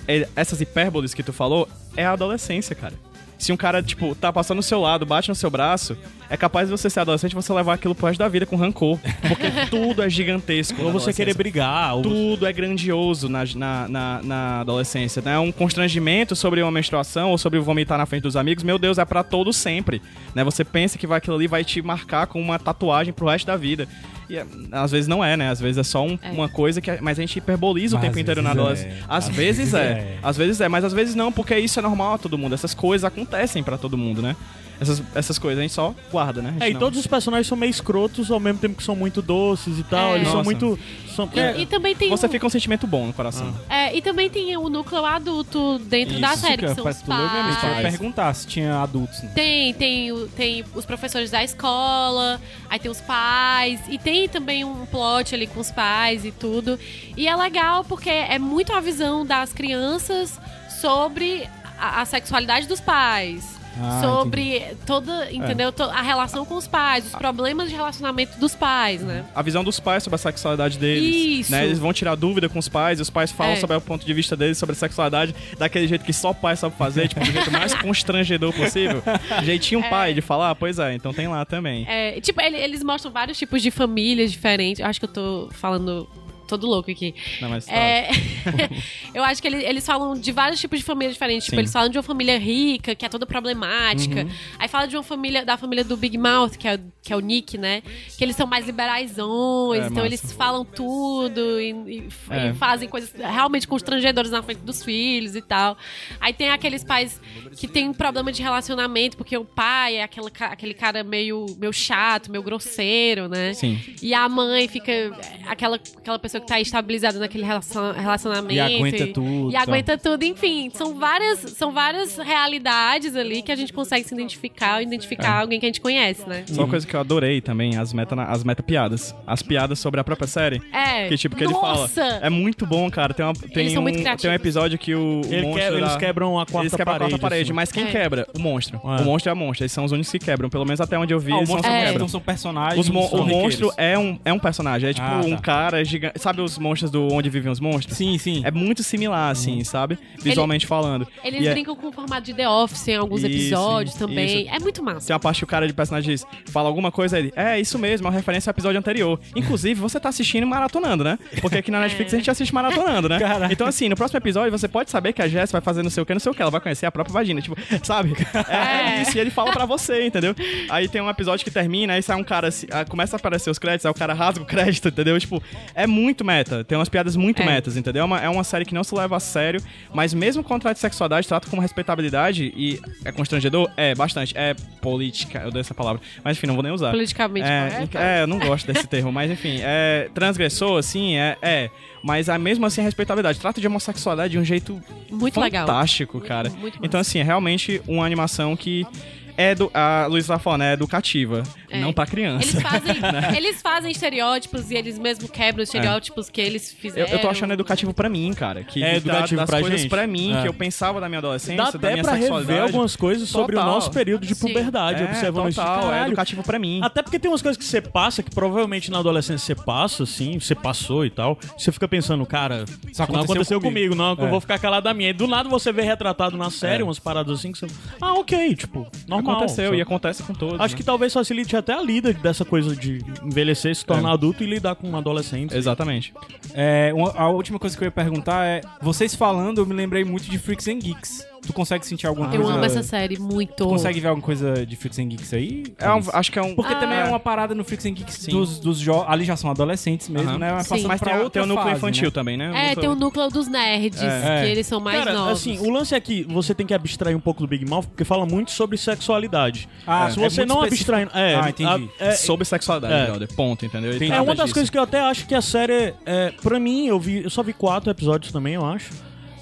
S4: ele- essas hipérboles que tu falou é a adolescência, cara. Se um cara, tipo, tá passando do seu lado, bate no seu braço, é capaz de você ser adolescente e você levar aquilo pro resto da vida com rancor. Porque tudo é gigantesco.
S2: Ou
S4: na
S2: você querer
S4: adolescência.
S2: brigar, ou
S4: Tudo é grandioso na, na, na, na adolescência, né? Um constrangimento sobre uma menstruação ou sobre vomitar na frente dos amigos, meu Deus, é pra todo sempre, né? Você pensa que vai aquilo ali vai te marcar com uma tatuagem pro resto da vida. E é, às vezes não é, né? Às vezes é só um-
S3: É.
S4: uma coisa que... Mas a gente hiperboliza
S1: Mas
S4: o
S1: às
S4: tempo inteiro na
S1: vezes
S4: adolescência.
S1: é.
S4: Às vezes é. Às vezes é, mas às vezes não, porque isso é normal a todo mundo. Essas coisas acontecem pra todo mundo, né? Essas, essas coisas a gente só guarda, né? A gente
S2: É, e
S4: não-
S2: todos os personagens são meio escrotos, ao mesmo tempo que são muito doces e tal.
S3: É.
S2: Eles são
S4: Nossa.
S2: muito. São, é,
S3: E, e também tem
S4: Você
S3: um-
S4: fica um sentimento bom no coração.
S3: é, e também tem o núcleo adulto dentro da
S1: Isso,
S3: série, que
S1: cara,
S3: são
S1: parece
S3: os
S1: que tu leu minha mente. Eu ia
S3: pais.
S1: perguntar se tinha adultos. né?
S3: Tem, tem, o- tem os professores da escola, aí tem os pais, e tem também um plot ali com os pais e tudo. E é legal porque é muito a visão das crianças sobre a, a sexualidade dos pais.
S1: Ah,
S3: sobre toda, entendeu? To- A relação com os pais, os problemas de relacionamento dos pais, né?
S4: a visão dos pais sobre a sexualidade deles.
S3: Isso.
S4: né? Eles vão tirar dúvida com os pais, e os pais falam
S3: É.
S4: sobre o ponto de vista deles, sobre a sexualidade, daquele jeito que só pai sabe fazer, tipo, do jeito mais constrangedor possível. Jeitinho pai de falar, pois é, então tem lá também.
S3: É, tipo, ele- eles mostram vários tipos de famílias diferentes. Eu Acho que eu tô falando todo louco aqui.
S4: Não, mas tá.
S3: É, eu acho que ele- eles falam de vários tipos de famílias diferentes. Tipo,
S4: Sim. Uhum.
S3: eles falam de uma família rica, que é toda problemática. Aí fala de uma família, da família do Big Mouth, que é, o- que é o Nick, né? Que eles são mais liberaisões,
S4: É,
S3: então
S4: massa.
S3: eles falam tudo e, e f-
S4: É.
S3: e fazem coisas realmente constrangedoras na frente dos filhos e tal. Aí tem aqueles pais que tem um problema de relacionamento, porque o pai é aquela ca- aquele cara meio, meio chato, meio grosseiro, né?
S4: Sim.
S3: E a mãe fica é, aquela, aquela pessoa que tá estabilizada naquele relacion- relacionamento.
S1: E aguenta tudo,
S3: E aguenta tudo, enfim. São várias, são várias realidades ali que a gente consegue se identificar ou
S4: É.
S3: identificar alguém que a gente conhece, né?
S4: Só uma coisa que eu adorei também, as meta, as meta piadas. As piadas sobre a própria série.
S3: É.
S4: Que tipo, que
S3: Nossa!
S4: ele fala. É muito bom, cara. Tem, uma, tem,
S3: são
S4: um,
S3: muito criativos.
S4: tem um episódio que o, o
S2: Ele que-
S4: monstro
S2: eles
S4: lá-
S2: quebram a quarta
S4: eles quebram
S2: parede.
S4: a quarta parede,
S2: assim.
S4: mas quem
S3: É.
S4: quebra? O monstro.
S2: É.
S4: O monstro é a monstro. Eles são os únicos que quebram, pelo menos até onde eu vi.
S1: Ah, o
S4: eles são
S1: monstro
S4: os que
S3: é.
S4: quebram.
S1: então são personagens.
S4: Os mon-
S1: são
S4: o monstro
S1: riqueiros.
S4: é um, é um personagem, é tipo
S1: Ah,
S4: um
S1: tá.
S4: cara gigante. Sabe sabe os monstros do Onde Vivem os Monstros?
S1: Sim, Uhum. sim.
S4: É muito similar, assim, sabe? Visualmente falando.
S3: Eles
S4: E é-
S3: brincam com o formato de The Office em alguns
S4: Isso,
S3: episódios
S4: isso.
S3: também. É muito massa.
S4: Tem uma parte que o cara de personagem diz, fala alguma coisa aí, ele, é isso mesmo, é uma referência ao episódio anterior. Inclusive, você tá assistindo e maratonando, né? Porque aqui na
S3: É.
S4: Netflix a gente assiste maratonando, né? Então, assim, no próximo episódio você pode saber que a Jess vai fazer não sei o que, não sei o que, ela vai conhecer a própria vagina, tipo, sabe? É, isso, e ele fala pra você, entendeu? Aí tem um episódio que termina, aí sai um cara, assim, ah, começa a aparecer os créditos, aí o cara rasga o crédito, entendeu? Tipo, é muito meta, tem umas piadas muito
S3: É.
S4: metas, entendeu? É uma, é uma série que não se leva a sério, mas mesmo com contrato de sexualidade, trata com respeitabilidade e é constrangedor? É, bastante. É política, eu dei essa palavra. Mas enfim, não vou nem usar.
S3: Politicamente
S4: É,
S3: correto.
S4: é, eu não gosto desse termo, mas enfim, é transgressor, assim, é, é. Mas é mesmo assim a respeitabilidade. Trata de homossexualidade de um jeito
S3: Muito legal.
S4: fantástico, cara.
S3: Muito, muito massa.
S4: então, assim, é realmente uma animação que é do. A Luiz tá falando, é educativa.
S3: É.
S4: Não pra criança.
S3: Eles fazem,
S4: Né?
S3: eles fazem estereótipos e eles mesmo quebram os estereótipos que eles
S4: É. Eu,
S3: fizeram. né?
S4: eu tô achando educativo pra mim, cara. Que
S2: É
S4: que dá-
S2: educativo
S4: das
S2: pra
S4: coisas
S2: gente.
S4: pra mim,
S2: É.
S4: que eu pensava da minha adolescência,
S2: Dá
S4: da
S2: até
S4: minha
S2: pra rever
S4: sexualidade.
S2: algumas coisas sobre o
S4: Total.
S2: nosso período de
S3: Sim.
S2: puberdade,
S4: É,
S2: observando isso.
S4: total, é
S2: Caralho, Ah, tá,
S4: educativo pra mim.
S2: Até porque tem umas coisas que você passa, que provavelmente na adolescência você passa, assim, você passou e tal. Você fica pensando, cara, isso não
S1: aconteceu
S2: aconteceu comigo,
S1: comigo.
S2: não, que eu
S1: É.
S2: vou ficar calado da minha. E do nada você vê retratado na série umas paradas assim que você. Ah, ok, tipo, normal.
S4: Aconteceu
S2: sabe?
S4: e acontece com todos.
S2: Acho
S4: né?
S2: que talvez facilite até a lida dessa coisa de envelhecer, se tornar adulto e lidar com um adolescente.
S4: Exatamente.
S1: É, uma- a última coisa que eu ia perguntar é: vocês falando, eu me lembrei muito de Freaks and Geeks. Tu consegue sentir alguma
S3: Eu
S1: coisa?
S4: né?
S3: amo essa série muito.
S1: Tu consegue ver alguma coisa de Freaks and Geeks aí?
S4: É um- acho que é um.
S3: Ah.
S1: Porque também é
S4: é.
S1: uma parada no Freaks and Geeks
S4: Sim.
S1: dos, dos jo- Ali já são adolescentes mesmo,
S4: Aham.
S1: né? Mas
S3: Sim.
S1: passando
S4: Mas
S1: pra
S4: tem, o- tem
S1: outra
S4: o núcleo
S1: fase,
S4: infantil
S1: né?
S4: também, né?
S3: É, tem o núcleo dos nerds, que
S1: É.
S3: eles são mais
S2: Cara,
S3: novos.
S2: assim, o lance é que você tem que abstrair um pouco do Big Mouth, porque fala muito sobre sexualidade.
S1: Ah,
S2: se
S1: é
S2: você
S1: muito
S2: não
S1: específico.
S2: abstrair. É,
S1: Ah, entendi.
S2: a- é,
S4: Sobre sexualidade,
S2: É.
S4: brother. Ponto, entendeu? Ele
S1: Entendi.
S4: trata
S2: É uma das
S4: disso.
S2: coisas que eu até acho que a série, é, pra mim, eu vi, eu só vi quatro episódios também, eu acho.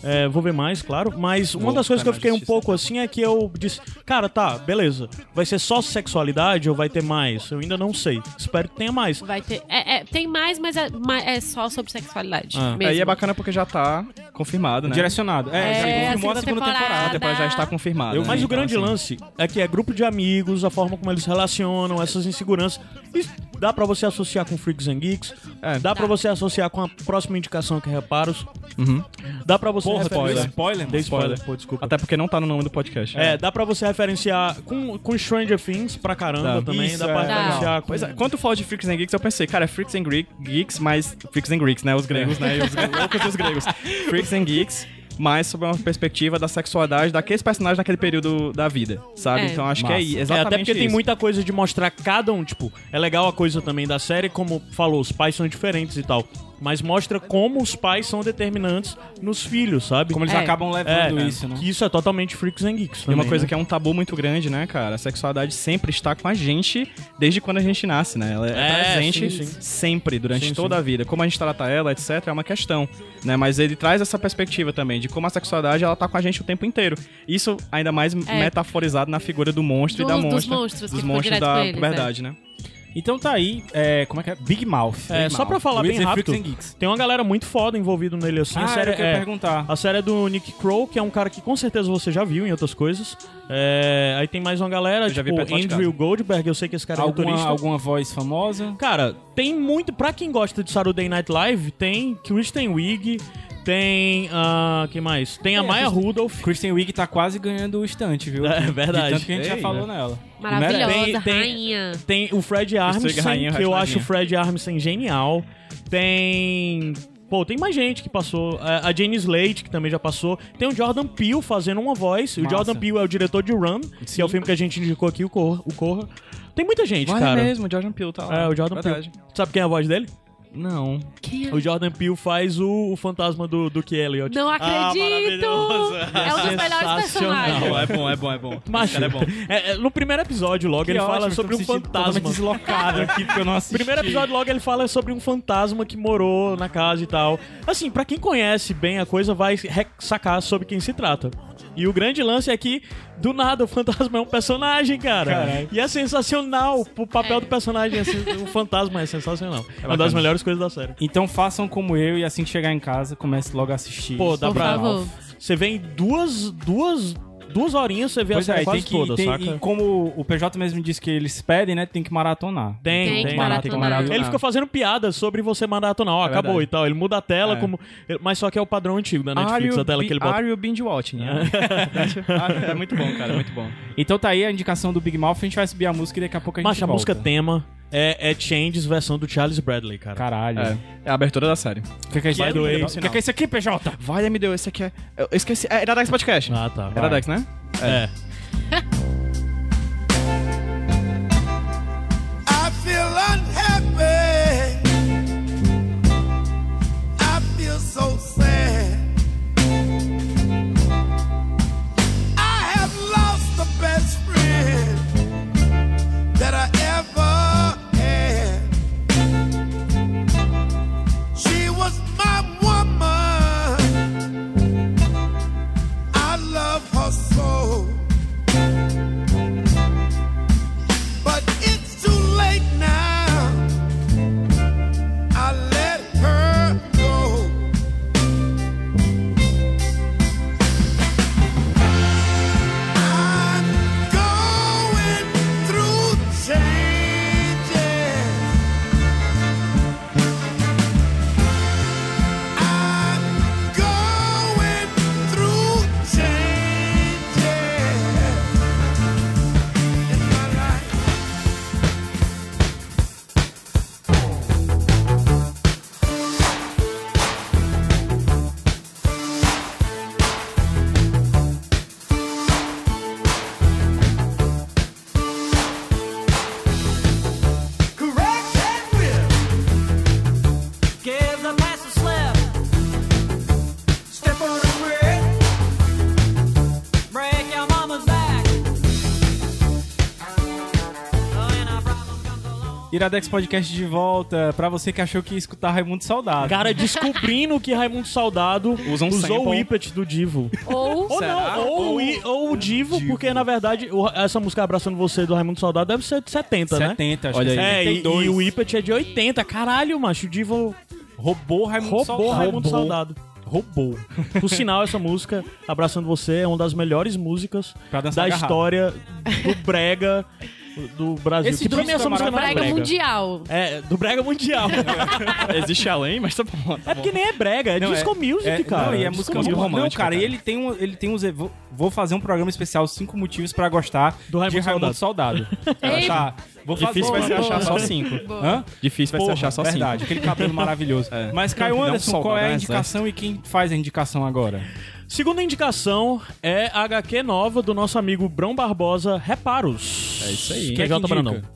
S2: É, vou ver mais, claro. Mas uma
S4: Vou
S2: das coisas que eu
S4: ficar
S2: fiquei
S4: na
S2: um
S4: justiça.
S2: pouco assim é que eu disse, cara, tá, beleza. Vai ser só sexualidade ou vai ter mais? Eu ainda não sei. Espero que tenha mais.
S3: Vai ter. é- é, tem mais, mas é, mas é só sobre sexualidade.
S2: Ah.
S3: mesmo.
S4: Aí é bacana porque já tá confirmado, né?
S1: Direcionado. É, já
S3: É,
S1: confirmou
S3: a
S1: a
S3: segunda
S1: segunda
S3: temporada.
S1: temporada.
S4: A temporada já está confirmada.
S1: Eu-
S4: né?
S2: Mas o
S4: Então,
S2: grande
S4: assim,
S2: lance é que é grupo de amigos, a forma como eles relacionam, essas inseguranças. Isso dá pra você associar com Freaks and Geeks,
S4: É.
S2: dá pra você associar com a próxima indicação que é Reparos,
S4: Uhum.
S2: dá pra você
S1: Porra,
S2: referenciar-
S1: spoiler. spoiler,
S2: Dei
S1: mano.
S2: spoiler, pô, desculpa.
S4: Até porque não tá no nome do podcast.
S2: É, dá pra você referenciar com, com Stranger Things pra caramba
S4: Dá.
S2: também.
S1: Isso,
S2: dá pra
S1: é.
S2: referenciar com.
S4: Pois é, quando tu falou de Freaks and Geeks, eu pensei, cara, é Freaks and Gre- Geeks, mas. Freaks and Greeks, né? Os gregos, né? E os gre- loucos e os gregos. Freaks and Geeks, mas sob uma perspectiva da sexualidade daqueles personagens naquele período da vida, sabe?
S3: É.
S4: Então acho que é
S1: Massa.
S4: aí,
S2: É,
S4: exatamente.
S2: até porque tem
S4: isso.
S2: muita coisa de mostrar cada um. Tipo, é legal a coisa também da série, como falou, os pais são diferentes e tal. Mas mostra como os pais são determinantes nos filhos, sabe?
S1: Como eles
S3: É.
S1: acabam
S2: é,
S1: levando isso, né?
S2: Que isso é totalmente Freaks and Geeks.
S4: E
S2: Também,
S4: uma coisa
S2: né?
S4: que é um tabu muito grande, né, cara? A sexualidade sempre está com a gente desde quando a gente nasce, né? Ela é,
S2: É,
S4: presente
S2: sim, sim.
S4: sempre, durante
S2: Sim,
S4: toda
S2: sim.
S4: a vida. Como a gente trata ela, etc., é uma questão, né? Mas ele traz essa perspectiva também, de como a sexualidade, ela tá com a gente o tempo inteiro. Isso ainda mais metaforizado na figura do monstro
S3: É. Do-
S4: e da
S3: dos
S4: monstra.
S3: monstros, que
S4: dos
S3: ficou
S4: monstros
S3: direto
S4: da
S3: com eles,
S4: puberdade, né?
S1: Então tá aí, é, como é que é? Big Mouth.
S2: É,
S1: Big
S2: só
S1: Mouth.
S2: pra falar
S1: Wizards,
S2: bem rápido.
S1: Freaks and Geeks.
S2: Tem uma galera muito foda envolvida nele assim. a
S1: Ah,
S2: série
S1: sério, eu quero
S2: é-
S1: perguntar.
S2: A série é do Nick Crow, que é um cara que com certeza você já viu em outras coisas. É, Aí tem mais uma galera,
S4: já vi
S2: tipo
S4: perto lá de
S2: Andrew Goldberg, eu sei que esse cara é
S1: Alguma,
S2: autorista.
S1: alguma voz famosa?
S2: Cara, tem muito. Pra quem gosta de Saturday Night Live, tem Kristen Wiig, tem. ah, quem mais? Tem a
S1: É,
S2: Maya
S1: Kristen-
S2: Rudolph.
S1: Kristen Wiig tá quase ganhando o estante, viu?
S2: É,
S1: De
S2: verdade.
S1: tanto que a gente
S4: Ei,
S1: já falou
S4: né?
S1: nela.
S3: Maravilhosa,
S2: Tem- tem-
S3: rainha.
S2: Tem o Fred Armisen,
S4: rainha,
S2: que eu
S4: rainha.
S2: acho o Fred Armisen genial. Tem. Pô, tem mais gente que passou. é, A a Jane Slate, que também já passou. Tem o Jordan Peele fazendo uma voz. O
S1: Massa.
S2: Jordan Peele é o diretor de Run, que é o filme que a gente indicou aqui, o Corra. O Corra. Tem muita gente, cara.
S4: mesmo, o Jordan Peele tá
S2: É, o Jordan Peele. Sabe quem é a voz dele?
S4: Não.
S3: Quem é?
S2: O Jordan Peele faz o, o fantasma do, do Kelly.
S3: Não
S4: Ah,
S3: acredito!
S4: maravilhoso.
S3: é um dos melhores
S2: Sensacional.
S3: personagens.
S4: é bom, é bom, é bom.
S2: Macho,
S4: Cara, é bom.
S2: é, é, no primeiro episódio, logo, ele fala sobre um fantasma.
S1: deslocado aqui, porque eu não assisti.
S2: Primeiro episódio, logo, ele fala sobre um fantasma que morou na casa e tal. Assim, pra quem conhece bem a coisa, vai re- sacar sobre quem se trata. E o grande lance é que, do nada, o fantasma é um personagem, cara.
S1: Caralho.
S2: E é sensacional. O papel do personagem, é sen- o fantasma é sensacional. É uma das melhores coisas da série.
S1: Então façam como eu e assim que chegar em casa, comece logo a assistir.
S2: Pô, dá
S3: Por
S2: pra.
S3: favor.
S2: Você vem duas. duas duas horinhas você vê
S1: Pois
S2: a série
S1: é, e tem
S2: quase
S1: que,
S2: toda,
S1: tem-
S2: saca?
S1: e como o PJ mesmo disse que eles pedem, né? Tem que maratonar.
S2: Tem, tem,
S3: Tem que
S2: maratonar.
S3: maratonar.
S4: maratonar.
S2: Ele fica fazendo piada sobre você maratonar. Ó,
S4: É
S2: acabou
S4: verdade.
S2: e tal. Ele muda a
S4: É.
S2: tela, como. Mas só que é o padrão antigo da Netflix, a tela que ele bota.
S4: Are you binge watching? é muito bom, cara, muito bom.
S1: né? Então tá aí a indicação do Big Mouth, a gente vai subir a música e daqui a pouco a gente
S2: Macho, a
S1: volta.
S2: música tema é, é Changes versão do Charles Bradley, cara.
S1: Caralho.
S4: É, é a abertura da série.
S1: O que, que é isso
S2: By the way,
S1: O que, que é isso aqui, PJ?
S4: Vai, me deu, esse aqui é. Eu esqueci. É Iradex Podcast.
S2: Ah, tá. vai.
S4: Iradex, né?
S2: É.
S5: I feel unhappy. I feel so sad. I have lost the best friend that I ever had. She was my woman. I love her so. But it's too late now. I let her go. I'm going through changes. I'm going through changes in my life.
S7: Correct and will. Give the pass a slip. Step on the grid. Break your mama's back. Oh, and a problem comes along.
S1: Iradex Podcast de volta. Pra você que achou que ia escutar Raimundo Saudade.
S2: Cara, descobrindo que Raimundo Saudado
S4: É. Usa um
S2: usou o
S4: sample.
S2: Whippet do Divo.
S3: Ou
S2: Ou
S4: Será?
S2: não, ou, o I- ou o Divo, porque na verdade o- essa música Abraçando Você do Raimundo Saudado deve ser de 70, né?
S1: 70, acho
S4: Olha
S1: que
S2: É, e,
S1: 72.
S2: e o Whippet é de 80. Caralho, macho, o Divo
S1: Roubou Raimundo
S2: roubou
S1: Saudade.
S2: Raimundo Saudado.
S1: Roubou.
S2: Por sinal, essa música, Abraçando Você, é uma das melhores músicas
S1: Pra dançar
S2: da
S1: agarrado.
S2: história do brega do Brasil.
S1: Esse
S2: que pra
S1: disco
S2: mim essa
S1: é
S2: música não é
S3: Brega
S2: brega.
S3: Mundial.
S2: É, do brega mundial.
S4: Existe além, mas tá bom.
S2: é porque nem é brega, é
S1: Não,
S2: disco
S1: é-
S2: music,
S1: É,
S2: cara.
S1: não, e é
S2: Disco
S1: música
S4: music.
S1: romântica. Não, cara,
S4: cara.
S1: E ele tem um, ele tem uns. Vou, vou fazer um programa especial cinco motivos pra gostar
S2: Do Raimundo
S1: de Raimundo Soldado. Vai
S3: Ei.
S1: achar- Vou fazer um
S4: Difícil vai ser
S1: boa,
S4: achar
S1: boa.
S4: só cinco.
S3: Boa.
S1: Hã?
S4: Difícil vai
S1: Porra,
S4: ser achar só cinco.
S1: verdade, aquele cabelo maravilhoso.
S4: É.
S1: Mas, Caio
S4: Não,
S1: Anderson,
S4: Soldado,
S1: qual é a
S4: né?
S1: indicação e quem faz a indicação agora?
S2: Segunda indicação é a HQ nova do nosso amigo Brão Barbosa, Reparos.
S4: É isso aí.
S2: Que é
S1: Quem é que
S2: J. Brandão.
S1: indica?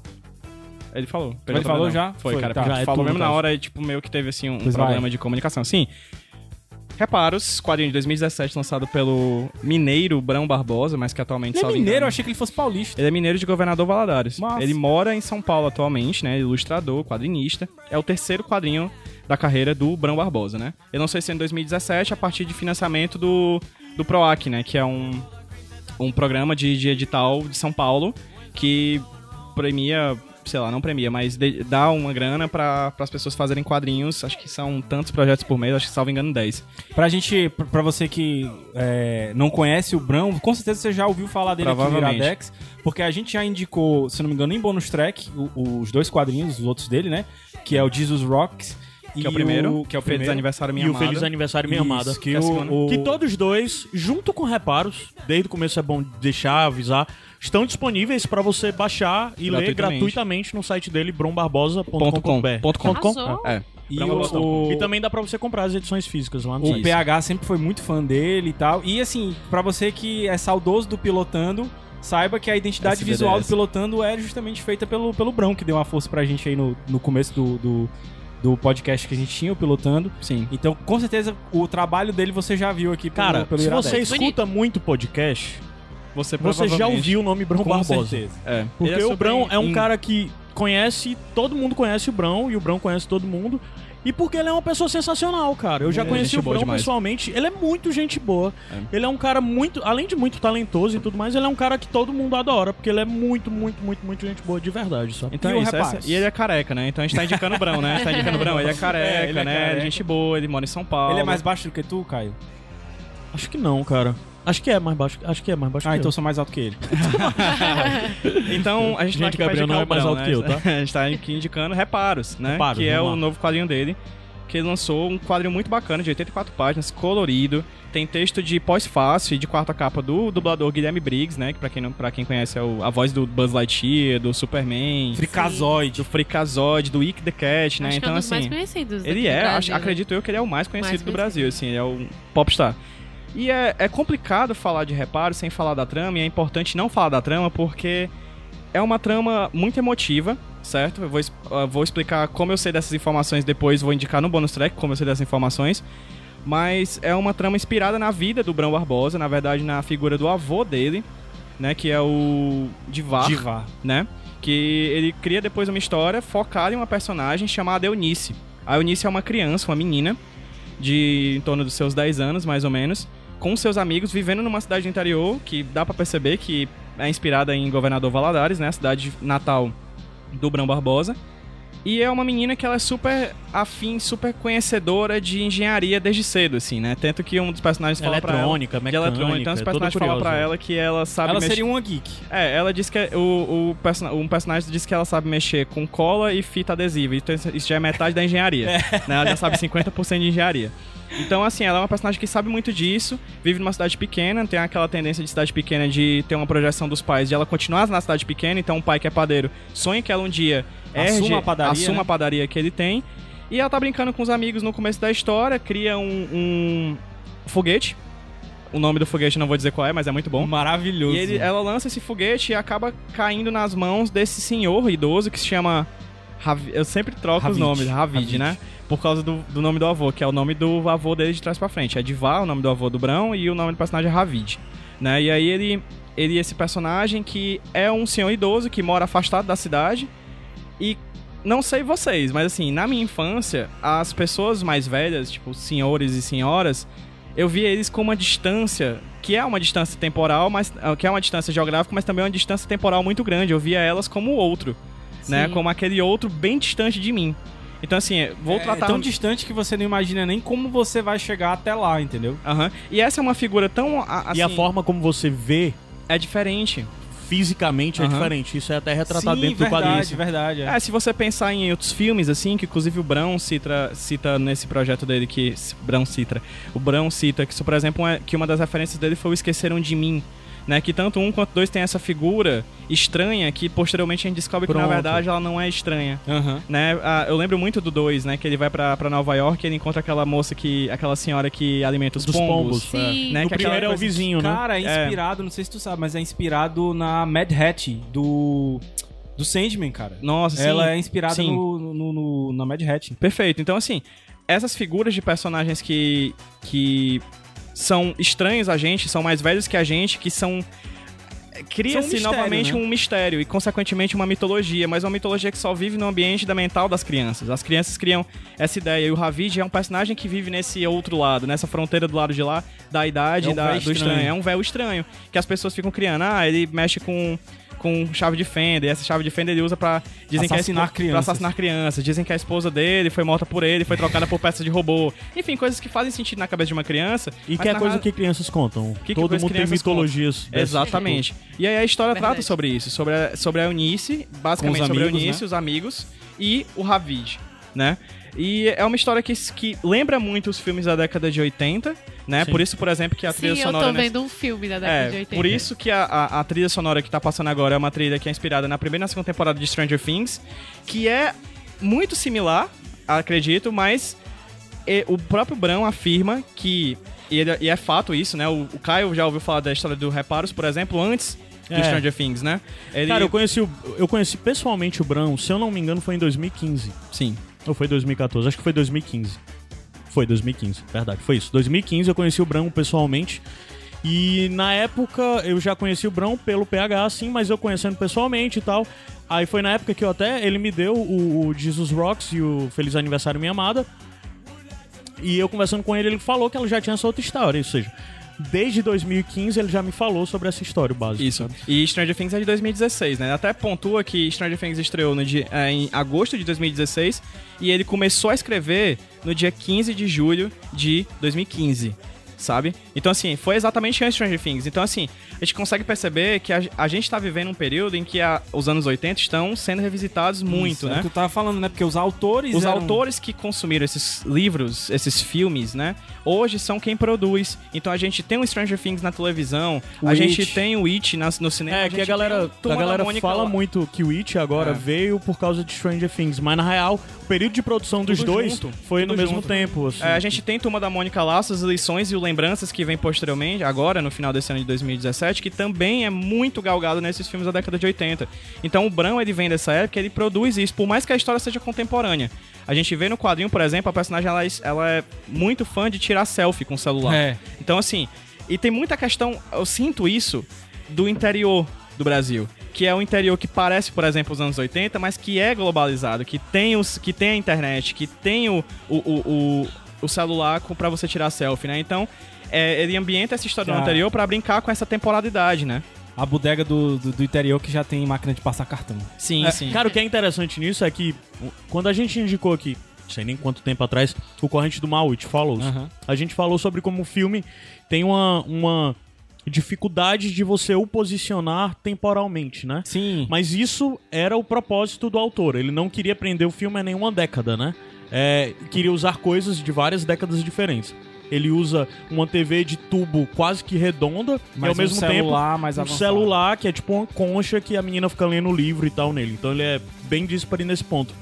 S4: Ele falou.
S1: Ele falou já?
S4: Foi,
S1: Foi,
S4: cara.
S1: tá.
S4: porque
S2: Já é
S4: falou
S2: tudo,
S4: mesmo na
S2: cara.
S4: hora e, tipo, meio que teve, assim, um
S1: Pois
S4: problema
S1: vai.
S4: de comunicação. Sim. Reparos, quadrinho de 2017 lançado pelo mineiro Brão Barbosa, mas que atualmente
S1: Ele é
S4: salvo
S1: mineiro, eu
S4: engano,
S1: achei que ele fosse paulista.
S4: Ele é mineiro de Governador Valadares.
S1: Massa.
S4: Ele mora em São Paulo atualmente, né? Ilustrador, quadrinista. É o terceiro quadrinho da carreira do Brão Barbosa, né? Eu não sei se é em 2017, a partir de financiamento do, do PROAC, né? Que é um, um programa de, de edital de São Paulo que premia, sei lá, não premia, mas de- dá uma grana para as pessoas fazerem quadrinhos. Acho que são tantos projetos por mês, acho que salvo engano 10.
S1: Pra gente, pra- pra você que é, não conhece o Brão, com certeza você já ouviu falar dele aqui no
S4: Provavelmente.
S1: Iradex, porque a gente já indicou, se não me engano, em bonus track, o- os dois quadrinhos, os outros dele, né? Que é o Jesus Rocks.
S4: Que é o primeiro, que é o Feliz
S1: primeiro.
S4: Aniversário Minha
S2: E o
S4: Amada.
S2: Feliz Aniversário Minha
S1: Isso,
S2: Amada.
S1: Que,
S4: Que é a segunda.
S1: o, o-
S2: Que todos dois, junto com reparos, desde o começo é bom deixar, avisar, estão disponíveis pra você baixar e ler
S4: Gratuitamente.
S2: gratuitamente no site dele,
S4: Ponto com.
S2: brombarbosa.com.br.
S4: Ponto com.
S3: Arrasou.
S4: É.
S1: e
S4: Brão
S1: o-
S4: Barbosa.
S1: o-
S2: E também dá pra você comprar as edições físicas lá no
S1: O
S2: site.
S1: PH sempre foi muito fã dele e tal. E assim, pra você que é saudoso do Pilotando, saiba que a identidade
S4: SBDS.
S1: visual do Pilotando é justamente feita pelo, pelo Brão, que deu uma força pra gente aí no, no começo do, do, do podcast que a gente tinha, o Pilotando.
S4: Sim.
S1: Então, com certeza, o trabalho dele você já viu aqui pelo,
S2: Cara,
S1: pelo
S2: se
S1: Iradex.
S2: você escuta muito podcast,
S4: Você,
S2: você já
S4: provavelmente-
S2: ouviu o nome Brão
S1: Com
S2: Barbosa.
S1: certeza.
S4: É.
S2: Porque
S4: Ele
S2: o
S4: super
S2: Brão é um
S4: in-
S2: cara que conhece, todo mundo conhece o Brão e o Brão conhece todo mundo. E porque ele é uma pessoa sensacional, cara. Eu já
S4: Ele é
S2: conheci
S4: gente
S2: o
S4: boa
S2: Brão
S4: demais.
S2: pessoalmente. Ele é muito gente boa. Ele é um cara muito, além de muito talentoso e tudo mais, ele é um cara que todo mundo adora, porque ele é muito, muito, muito, muito gente boa de verdade, só.
S4: Então
S1: E
S4: é
S1: o
S4: isso,
S1: rapaz?
S4: essa- E ele é careca, né? Então a gente tá indicando o Brão, né? A gente tá indicando o Brão. Ele é careca,
S1: É, ele é
S4: né?
S1: careca. é
S4: Gente boa, ele mora em São Paulo.
S1: Ele é mais baixo do que tu, Caio?
S2: Acho que não, cara. Acho que é mais baixo. Acho que é mais baixo.
S1: Ah,
S2: que
S1: então eu
S2: eu.
S1: sou mais alto que ele.
S4: Então, a gente, tá
S2: Gente,
S4: aqui pra
S2: Gabriel não é
S4: indicar o
S2: mais
S4: Brau,
S2: alto
S4: né?
S2: que eu, tá?
S4: a gente tá aqui indicando Reparos, né?
S2: Reparos,
S4: que é
S2: vamos
S4: o
S2: lá.
S4: novo quadrinho dele, que ele lançou um quadrinho muito bacana, de 84 páginas, colorido. Tem texto de pós-fácil e de quarta capa do dublador Guilherme Briggs, né? Que pra quem, não, pra quem conhece é o- a voz do Buzz Lightyear, do Superman,
S1: Fricazoide.
S4: do Freakazoid, do Ick the Cat, né?
S3: Acho que é
S4: então,
S3: um dos mais
S4: assim...
S3: conhecidos.
S4: Ele
S3: daqui do
S4: é,
S3: Brasil,
S4: acho-
S3: né?
S4: acredito eu que ele é o mais conhecido do
S3: conhecido.
S4: Brasil, assim, ele é um popstar. E é, é complicado falar de reparo sem falar da trama, e é importante não falar da trama porque é uma trama muito emotiva, certo? Eu vou, es- ah, vou explicar como eu sei dessas informações depois, vou indicar no bonus track como eu sei dessas informações. Mas é uma trama inspirada na vida do Brão Barbosa, na verdade na figura do avô dele, né? Que é o Divar
S1: Diva.
S4: né? Que ele cria depois uma história focada em uma personagem chamada Eunice. A Eunice é uma criança, uma menina, de em torno dos seus 10 anos, mais ou menos, com seus amigos, vivendo numa cidade do interior, que dá pra perceber que é inspirada em Governador Valadares, né? A cidade natal do Brão Barbosa. E é uma menina que ela é super afim, super conhecedora de engenharia desde cedo, assim, né? Tanto que um dos personagens fala pra ela...
S2: Eletrônica,
S4: De
S2: mecânica.
S4: eletrônica. Então, os
S2: é todo
S4: personagens falam
S2: curioso.
S4: pra ela que ela sabe
S1: Ela
S4: mexer...
S1: seria um uma geek.
S4: É, ela diz que o, o persona- um personagem diz que ela sabe mexer com cola e fita adesiva. Então isso isso já é metade da engenharia. né? Ela já sabe 50% de engenharia. Então, assim, ela é uma personagem que sabe muito disso, vive numa cidade pequena, tem aquela tendência de cidade pequena de ter uma projeção dos pais, de ela continuar na cidade pequena, então um pai que é padeiro sonha que ela um dia
S1: Assuma
S4: herde-
S1: a padaria,
S4: assuma
S1: né?
S4: a padaria que ele tem. E ela tá brincando com os amigos no começo da história, cria um, um foguete. O nome do foguete eu não vou dizer qual é, mas é muito bom.
S1: Maravilhoso.
S4: E ele- é ela lança esse foguete e acaba caindo nas mãos desse senhor idoso que se chama. Ravi- eu sempre troco os
S1: Ravid.
S4: nomes, Ravid,
S1: Ravid.
S4: né? Por causa do, do nome do avô, que é o nome do avô dele de trás pra frente. É Divar, o nome do avô do Brão, e o nome do personagem é Ravid. Né? E aí ele, ele, esse personagem que é um senhor idoso que mora afastado da cidade. E não sei vocês, mas assim, na minha infância, as pessoas mais velhas, tipo senhores e senhoras, eu via eles com uma distância, que é uma distância temporal, mas ah, que é uma distância geográfica, mas também é uma distância temporal muito grande. Eu via elas como o outro, né?
S3: Sim.
S4: Como aquele outro bem distante de mim. Então assim, é, vou tratar
S1: É
S2: um-
S1: tão distante que você não imagina nem como você vai chegar até lá, entendeu?
S4: Aham. E essa é uma figura tão a- assim,
S2: E a forma como você vê
S4: é diferente.
S2: fisicamente é
S4: Aham.
S2: diferente. Isso é até retratado
S1: Sim,
S2: dentro do quadrinho.
S1: verdade, verdade. é.
S4: É, se você pensar em outros filmes assim, que inclusive o Brão cita, cita nesse projeto dele que Brão cita, o Brão cita que, isso, por exemplo, é- que uma das referências dele foi o Esqueceram de Mim. Né, que tanto um quanto dois tem essa figura estranha que posteriormente a gente descobre que na
S2: Pronto.
S4: verdade ela não é estranha.
S1: Aham.
S4: Né? Ah, eu lembro muito do 2, né? Que ele vai pra, pra Nova York e ele encontra aquela moça que. aquela senhora que alimenta os
S2: Dos
S4: pombos.
S2: pombos.
S3: Sim.
S4: Né?
S2: O
S4: que aquela
S2: primeiro é o
S4: coisa-
S2: vizinho, né?
S1: Cara, é inspirado, não sei se tu sabe, mas é inspirado na Mad Hattie do do Sandman, cara.
S4: Nossa, sim.
S1: Ela é inspirada
S4: sim.
S1: no, no- no- na Mad Hattie.
S4: Perfeito. Então, assim, essas figuras de personagens que, que são estranhos a gente, são mais velhos que a gente, que são.
S1: São um
S4: Cria-se
S1: mistério,
S4: novamente
S1: né?
S4: um mistério e, consequentemente, uma mitologia, mas uma mitologia que só vive no ambiente da mental das crianças. As crianças criam essa ideia e o Ravid é um personagem que vive nesse outro lado, nessa fronteira do lado de lá, da idade
S1: É
S4: e
S1: um
S4: da-
S1: véu
S4: do estranho.
S1: estranho.
S4: É um véu estranho que as pessoas ficam criando. Ah, ele mexe com, com chave de fenda e essa chave de fenda ele usa pra dizem
S1: Assassinar
S4: que é expo-
S1: crianças.
S4: Pra assassinar crianças. Dizem que a esposa dele foi morta por ele, foi trocada por peça de robô. Enfim, coisas que fazem sentido na cabeça de uma criança.
S2: E
S4: mas
S2: que é
S4: na
S2: coisa
S4: ra-
S2: que crianças contam.
S4: que
S2: Todo
S4: coisa
S2: mundo tem
S4: crianças
S2: mitologias. dessas
S4: Exatamente. E aí a história
S3: Verdade.
S4: trata sobre isso, sobre a, sobre a Eunice, basicamente
S1: Com os
S4: sobre a
S1: amigos, né?
S4: Eunice, os amigos e o Ravid, né? E é uma história que, que lembra muito os filmes da década de 80, né?
S2: Sim.
S4: Por isso, por exemplo, que a trilha
S3: Sim, eu
S4: sonora é
S3: tô
S4: nessa-
S3: vendo um filme da década
S4: é,
S3: de 80.
S4: por isso que a, a- a trilha sonora que tá passando agora é uma trilha que é inspirada na primeira e na segunda temporada de Stranger Things, que é muito similar, acredito, mas é, o próprio Brão afirma que, e, ele- e é fato isso, né? O, o Caio já ouviu falar da história do Reparos, por exemplo, antes do
S2: É.
S4: Stranger Things, né? Ele,
S2: Cara, eu conheci, o- eu conheci pessoalmente o Brão, se eu não me engano, foi em 2015.
S4: Sim.
S2: Ou foi 2014? Acho que foi 2015. Foi 2015, verdade, foi isso. 2015 eu conheci o Brão pessoalmente. E na época eu já conheci o Brão pelo PH, sim, mas eu conhecendo pessoalmente e tal. Aí foi na época que eu até. Ele me deu o, o Jesus Rocks e o Feliz Aniversário Minha Amada. E eu conversando com ele, ele falou que ela já tinha essa outra história. Ou seja, desde 2015 ele já me falou sobre essa história, o básico.
S4: Isso.
S2: sabe?
S4: E Stranger Things é de 2016, né? Até pontua que Stranger Things estreou no dia, eh, em agosto de 2016 e ele começou a escrever no dia 15 de julho de 2015. sabe? Então, assim, foi exatamente antes de Stranger Things. Então, assim, a gente consegue perceber que a, a gente tá vivendo um período em que a- os anos 80 estão sendo revisitados muito,
S1: Isso, é o
S4: né?
S1: que tu tava falando, né? Porque os autores.
S4: Os
S1: eram-
S4: autores que consumiram esses livros, esses filmes, né? Hoje são quem produz. Então a gente tem o Stranger Things na televisão,
S1: O
S4: a
S1: It.
S4: gente tem o It nas- no cinema.
S2: É, que
S4: né? gente
S2: a galera,
S4: tem o
S2: a
S4: Turma da
S2: galera
S4: Mônica
S2: fala
S4: lá.
S2: muito que o It agora
S4: É.
S2: veio por causa de Stranger Things, mas na real, o período de produção dos
S4: Tudo
S2: dois
S4: junto,
S2: foi
S4: tudo
S2: no mesmo
S4: junto.
S2: tempo. assim.
S4: É, a gente tem Turma da Mônica Laço, as lições e o Lembranças que vem posteriormente, agora no final desse ano de 2017, que também é muito galgado nesses filmes da década de 80. Então o Brão, ele vem dessa época, ele produz isso, por mais que a história seja contemporânea. A gente vê no quadrinho, por exemplo, a personagem ela, é- ela é muito fã de tirar selfie com o celular.
S1: É.
S4: Então, assim, e tem muita questão, eu sinto isso, do interior do Brasil. Que é o interior que parece, por exemplo, os anos 80, mas que é globalizado, que tem, os, que tem a internet, que tem o, o, o, o- o celular com- pra você tirar selfie, né? Então, é, ele ambienta essa história do
S1: Já.
S4: anterior pra brincar com essa temporalidade, né?
S1: Tá. A bodega do, do, do interior que já tem máquina de passar cartão.
S4: Sim,
S2: É,
S4: sim.
S2: Cara, o que é interessante nisso é que o- quando a gente indicou aqui, não sei nem quanto tempo atrás, o Corrente do Mal, It Follows,
S1: Aham.
S2: a gente falou sobre como o filme tem uma, uma dificuldade de você o posicionar temporalmente, né?
S1: Sim.
S2: Mas isso era o propósito do autor. Ele não queria prender o filme a nenhuma década, né? É, queria usar coisas de várias décadas diferentes. Ele usa uma TV de tubo quase que redonda e
S1: Mas
S2: ao mesmo
S1: um
S2: tempo
S1: celular mais
S2: um
S1: avançado.
S2: celular que é tipo uma concha que a menina fica lendo o livro e tal nele. Então ele é bem dispare nesse ponto.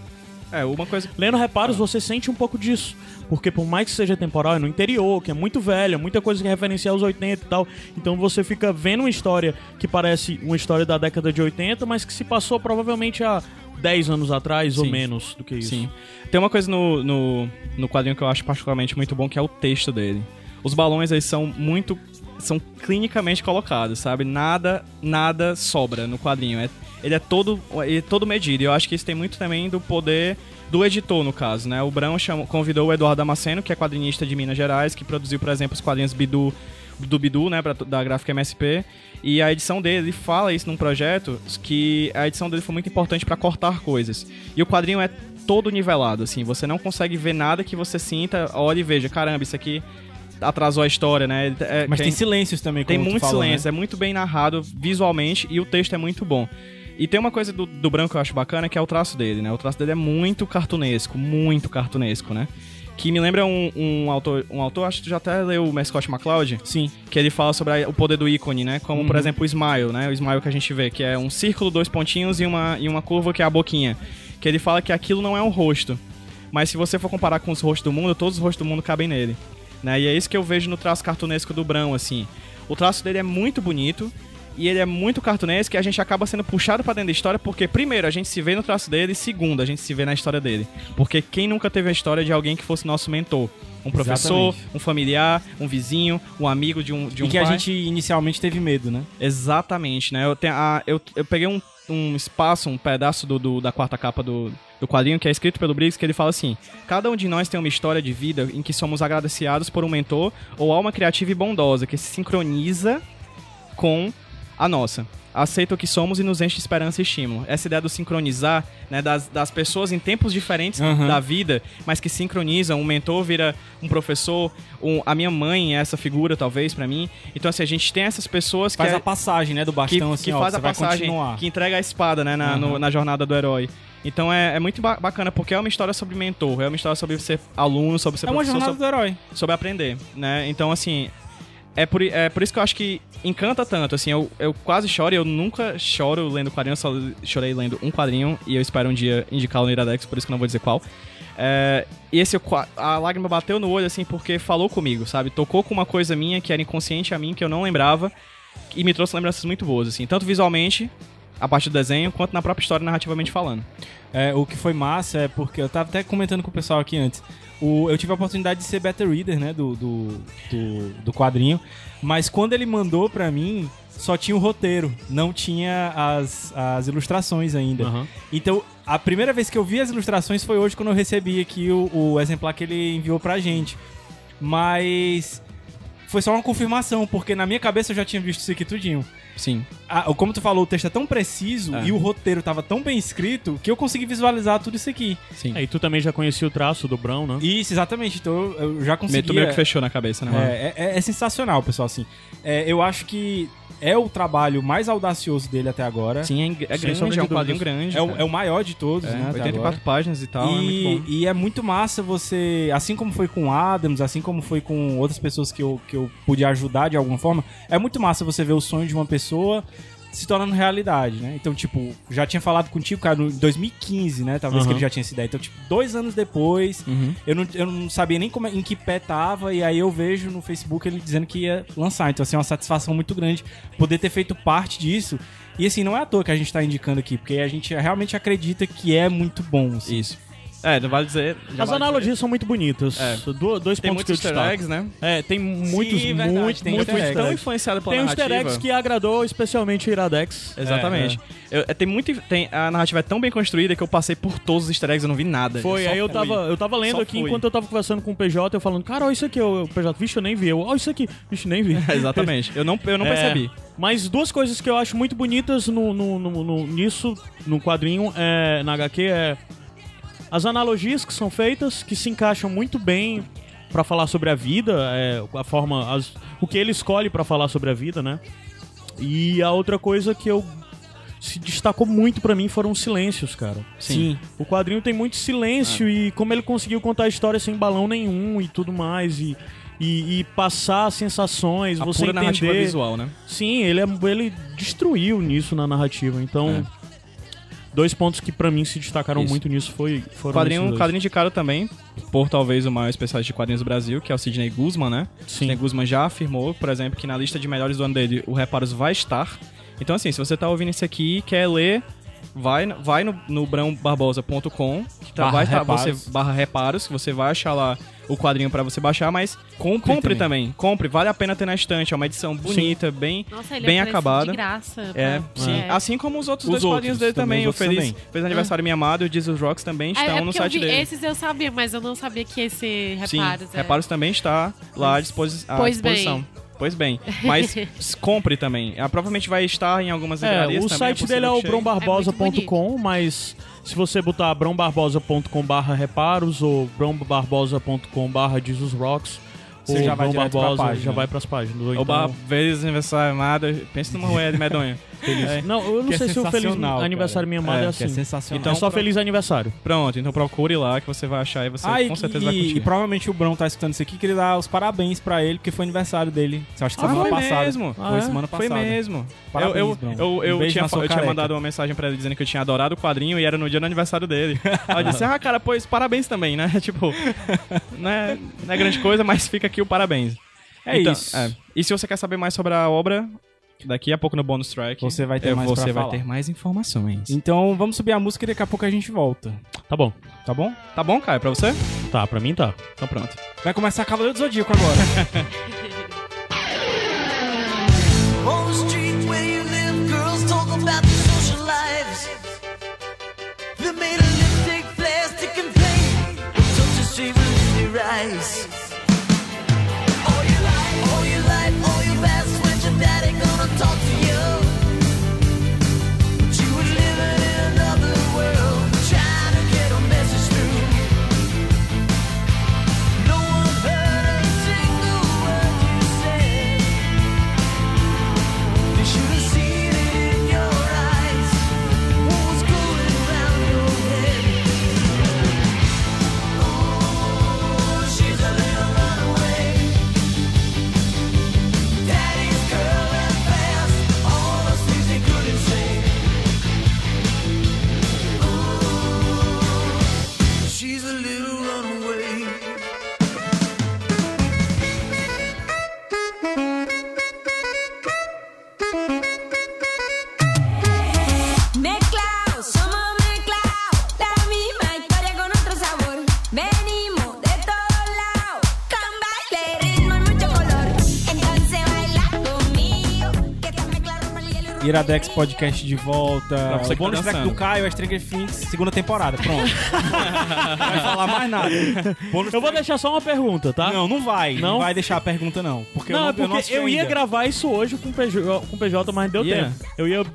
S4: É, uma coisa.
S2: Lendo reparos, você sente um pouco disso. Porque por mais que seja temporal, é no interior, que é muito velho, é muita coisa que referencia aos 80 e tal. Então você fica vendo uma história que parece uma história da década de 80, mas que se passou provavelmente há 10 anos atrás ou
S4: Sim.
S2: menos do que isso.
S4: Sim. Tem uma coisa no, no, no quadrinho que eu acho particularmente muito bom, que é o texto dele. Os balões aí são muito. são clinicamente colocados, sabe? Nada, nada sobra no quadrinho. É, ele é todo. Ele é todo medido. E eu acho que isso tem muito também do poder do editor, no caso, né? O Brão chamou- convidou o Eduardo Damasceno, que é quadrinista de Minas Gerais, que produziu, por exemplo, os quadrinhos Bidu do Bidu, né, pra- da gráfica MSP. E a edição dele, ele fala isso num projeto, que a edição dele foi muito importante pra cortar coisas. E o quadrinho é todo nivelado, assim, você não consegue ver nada que você sinta, olha e veja, caramba, isso aqui atrasou a história, né? Ele- é-
S1: Mas tem, silêncios também,
S4: tem
S1: como tu
S4: muito
S1: falou, né?
S4: silêncio, é muito bem narrado visualmente e o texto é muito bom. E tem uma coisa do, do branco que eu acho bacana, que é o traço dele, né? O traço dele é muito cartunesco, muito cartunesco, né? Que me lembra um, um autor, um autor, acho que tu já até leu o Mascot McLeod,
S1: Né? Sim.
S4: que ele fala sobre a- o poder do ícone, né? Como, por exemplo, o smile, né? O smile que a gente vê, que é um círculo, dois pontinhos e uma, e uma curva que é a boquinha. Que ele fala que aquilo não é um rosto. Mas se você for comparar com os rostos do mundo, todos os rostos do mundo cabem nele. Né? E é isso que eu vejo no traço cartunesco do Brão, assim. O traço dele é muito bonito e ele é muito cartunesco e a gente acaba sendo puxado pra dentro da história porque, primeiro, a gente se vê no traço dele e, segundo, a gente se vê na história dele. Porque quem nunca teve a história de alguém que fosse nosso mentor? Um professor,
S1: Exatamente.
S4: um familiar, um vizinho, um amigo de um, de um
S1: e que a
S4: pai.
S1: gente inicialmente teve medo, né?
S4: Exatamente, né? Eu, tenho a- eu, eu peguei um, um espaço, um pedaço do, do- da quarta capa do, do quadrinho, que é escrito pelo Briggs, que ele fala assim: Cada um de nós tem uma história de vida em que somos agradecidos por um mentor ou alma criativa e bondosa que se sincroniza com a nossa. Aceita o que somos e nos enche de esperança e estímulo. Essa ideia do sincronizar, né, das, das pessoas em tempos diferentes
S1: Aham.
S4: da vida, mas que sincronizam. Um mentor vira um professor, um- a minha mãe é essa figura, talvez, pra mim. Então, assim, a gente tem essas pessoas
S1: Faz
S4: que... é-
S1: a passagem, né, do
S4: que,
S1: bastão, assim,
S4: que
S1: ó,
S4: faz
S1: você
S4: a
S1: vai
S4: passagem,
S1: continuar.
S4: que entrega a espada, né, na, no-
S1: Aham.
S4: na jornada do herói. Então é, é muito ba- bacana, porque é uma história sobre mentor, é uma história sobre ser aluno, sobre ser
S1: É uma
S4: professor,
S1: jornada
S4: sobre,
S1: do herói.
S4: sobre aprender, né? Então, assim, é por, i- é por isso que eu acho que encanta tanto, assim, eu, eu quase choro, e eu nunca choro lendo quadrinho, eu só chorei lendo um quadrinho, e eu espero um dia indicá-lo no Iradex, por isso que eu não vou dizer qual. É, e esse, eu qua- a lágrima bateu no olho, assim, porque falou comigo, sabe? Tocou com uma coisa minha que era inconsciente a mim, que eu não lembrava, e me trouxe lembranças muito boas, assim, tanto visualmente, a parte do desenho, quanto na própria história narrativamente falando.
S1: É, o que foi massa é porque eu tava até comentando com o pessoal aqui antes. O- eu tive a oportunidade de ser beta reader, né, do, do, do, do quadrinho. Mas quando ele mandou pra mim, só tinha o roteiro, não tinha as, as ilustrações ainda.
S2: Aham.
S1: Então, a primeira vez que eu vi as ilustrações foi hoje quando eu recebi aqui o, o exemplar que ele enviou pra gente. Mas foi só uma confirmação, porque na minha cabeça eu já tinha visto isso aqui tudinho.
S4: Sim.
S1: Ah, como tu falou, o texto é tão preciso
S4: É.
S1: e o roteiro tava tão bem escrito que eu consegui visualizar tudo isso aqui.
S4: Sim.
S2: Aí É, tu também já conhecia o traço do Brown, né?
S1: Isso, exatamente. Então eu, eu já consegui.
S4: Meio, tu meio que fechou na cabeça, né? mano?
S1: É, é- é sensacional, pessoal. Assim, É, eu acho que é o trabalho mais audacioso dele até agora.
S4: Sim, é, eng- é
S1: Sem sombra
S4: grande,
S1: de
S4: é um
S1: dúvidas.
S4: quadrinho grande.
S1: É o,
S4: cara.
S1: é o maior de todos,
S4: É,
S1: né? até
S4: 84
S1: agora.
S4: páginas e tal, é
S1: e,
S4: muito bom.
S1: e é muito massa você, assim como foi com o Adams, assim como foi com outras pessoas que eu, que eu pude ajudar de alguma forma, é muito massa você ver o sonho de uma pessoa se tornando realidade, né? Então, tipo, já tinha falado contigo, cara, em 2015, né? Talvez que
S2: Aham.
S1: ele já tinha essa ideia. Então, tipo, dois anos depois,
S4: Uhum.
S1: eu não, eu não sabia nem como, é- em que pé tava, e aí eu vejo no Facebook ele dizendo que ia lançar. Então, assim, é uma satisfação muito grande poder ter feito parte disso. E, assim, não é à toa que a gente tá indicando aqui, porque a gente realmente acredita que é muito bom, assim.
S4: Isso. É, vale dizer. já
S2: As
S4: vale
S2: analogias são muito bonitas.
S4: É.
S2: Do-
S4: dizer. Tem
S2: dois pontos que eu
S4: muitos easter
S2: destaco.
S4: eggs, né?
S2: É, tem muitos,
S1: Sim, verdade,
S2: muitos,
S1: tem
S2: muitos.
S1: easter egg.
S2: Então,
S4: Tão
S1: eggs.
S4: influenciado pela
S2: Tem um
S4: narrativa. É,
S2: easter eggs que agradou especialmente o Iradex.
S4: Exatamente. Eu- é, tem muito, tem, a narrativa é tão bem construída que eu passei por todos os easter eggs, eu não vi nada.
S2: é. Foi,
S4: só
S2: aí eu
S4: fui.
S2: tava, eu tava lendo
S4: Só
S2: aqui
S4: fui.
S2: enquanto eu tava conversando com o PJ, eu falando, cara, olha isso aqui, eu- o PJ, vixe, eu nem vi, eu, olha isso aqui, vixe, nem vi.
S4: Exatamente. Eu não, eu não
S2: É,
S4: percebi.
S2: Mas duas coisas que eu acho muito bonitas no, no- no- no- nisso, no quadrinho, é, na HQ, é as analogias que são feitas, que se encaixam muito bem pra falar sobre a vida, é, a forma, as- o que ele escolhe pra falar sobre a vida, né? E a outra coisa que eu se destacou muito pra mim foram os silêncios, cara.
S4: Sim.
S2: O quadrinho tem muito silêncio e como ele conseguiu contar a história sem balão nenhum e tudo mais e e, e passar sensações,
S4: A
S2: você
S4: pura narrativa
S2: entender.
S4: visual, né?
S2: Sim, ele, é- ele destruiu nisso na narrativa.
S1: É.
S2: Então, dois pontos que pra mim se destacaram
S4: Isso.
S2: muito nisso foi, foram esses
S4: Quadrinho,
S2: dois.
S4: quadrinho indicado também, por talvez o maior especialista de quadrinhos do Brasil, que é o Sidney Guzman, né? Sidney
S2: Sim.
S4: Guzman já afirmou, por exemplo, que na lista de melhores do ano dele o Reparos vai estar. Então, assim, se você tá ouvindo isso aqui e quer ler, vai, no- vai no, no brãobarbosa.com, que tá,
S1: Barra
S4: vai estar você
S1: Reparos.
S4: barra reparos, que você vai achar lá o quadrinho pra você baixar, mas compre, também. Compre, vale a pena ter na estante, é uma edição bonita, bem.
S3: Nossa, ele
S4: Bem
S3: é preço
S4: acabada.
S3: de graça.
S4: É,
S3: pra-
S4: sim. Assim como os outros
S1: Os
S4: dois quadrinhos
S1: outros
S4: dele
S1: também,
S4: também,
S1: os
S4: o
S1: outros
S4: Feliz,
S1: também.
S4: Feliz Aniversário Minha Amada e o Jesus Rocks também
S3: Ah. É,
S4: estão
S3: é
S4: no
S3: porque eu
S4: site
S3: vi-
S4: dele.
S3: Esses eu sabia, mas eu não sabia que esse
S4: Sim,
S3: reparos. é.
S4: Reparos também está lá à, dispos- à
S3: Pois
S4: disposição.
S3: bem.
S4: Pois bem, mas s- compre também. Ela provavelmente vai estar em algumas
S2: É,
S4: livrarias
S2: o
S4: também,
S2: site
S4: possível
S2: dele é
S4: que
S2: o
S4: chegue.
S2: brombarbosa.com, mas se você botar brombarbosa.com barra reparos ou brombarbosa.com barra Jesus Rocks,
S1: Você
S2: ou
S1: já vai
S2: Brom
S1: direto pra
S2: Barbosa,
S1: página. É
S2: já vai pras páginas. Ou
S4: Ou barra
S2: então-
S4: vezes aniversário amada, pensa numa moeda medonha. É.
S2: Não, eu não
S1: Que é
S2: sei se o Feliz
S1: sensacional, cara.
S2: Aniversário Minha Mãe é,
S1: É, que
S2: assim.
S1: é sensacional.
S2: Então é só Feliz Aniversário.
S4: Pronto, então procure lá que você vai achar e você
S1: Ah, e,
S4: com certeza
S1: e-
S4: vai
S1: e
S4: curtir.
S1: provavelmente o Brão tá escutando isso aqui, queria dar os parabéns pra ele, porque foi aniversário dele. Você acha que
S4: Ah,
S1: semana
S4: foi
S1: passada?
S4: mesmo?
S1: Foi
S2: Ah, é?
S1: semana
S4: Foi
S1: passada.
S4: mesmo.
S1: Parabéns,
S4: eu
S1: Bruno.
S4: eu, eu, eu
S1: Um beijo
S4: tinha,
S1: na sua
S4: eu tinha
S1: careca.
S4: mandado uma mensagem pra ele dizendo que eu tinha adorado o quadrinho e era no dia do aniversário dele. Ela disse, ah, cara, pois parabéns também, né? tipo, não é, não é grande coisa, mas fica aqui o parabéns.
S1: É
S4: Então,
S1: isso.
S4: é. E se você quer saber mais sobre a obra, daqui a pouco no bonus track
S1: Você vai ter
S4: eu-
S1: mais
S4: você
S1: pra
S4: vai
S1: falar.
S4: ter mais informações.
S1: Então vamos subir a música e daqui a pouco a gente volta,
S2: Tá bom.
S1: tá bom?
S4: Tá bom, Caio? Pra você?
S2: Tá, pra mim tá.
S4: Então pronto.
S1: Vai começar Cavaleiro do Zodíaco agora.
S7: On the streets where you live, girls talk about their social lives. They're made of lipstick, plastic, and paint. Such a street will your eyes. All your life, all your life, all your past, when's your daddy gonna talk to you? But you were living in another world, trying to get a message through. No one heard a single word you said. You should have seen it in your eyes. What was going round your head? Oh, she's a little
S1: Iradex Podcast de volta.
S4: Pra você
S1: O
S4: que
S1: bônus
S4: tá
S1: track
S4: dançando.
S1: do Caio, a Stranger Things, segunda temporada. Pronto. não vai falar mais nada. Bônus
S2: Eu vou deixar só uma pergunta, tá?
S1: Não, não vai. Não?
S2: Não?
S1: vai deixar a pergunta, não. Porque
S2: Não,
S1: eu não,
S2: é porque
S1: eu
S2: eu,
S1: não assisti
S2: ia
S1: ainda.
S2: gravar isso hoje com o PJ, com o PJ mas deu
S4: Yeah.
S2: tempo. Eu ia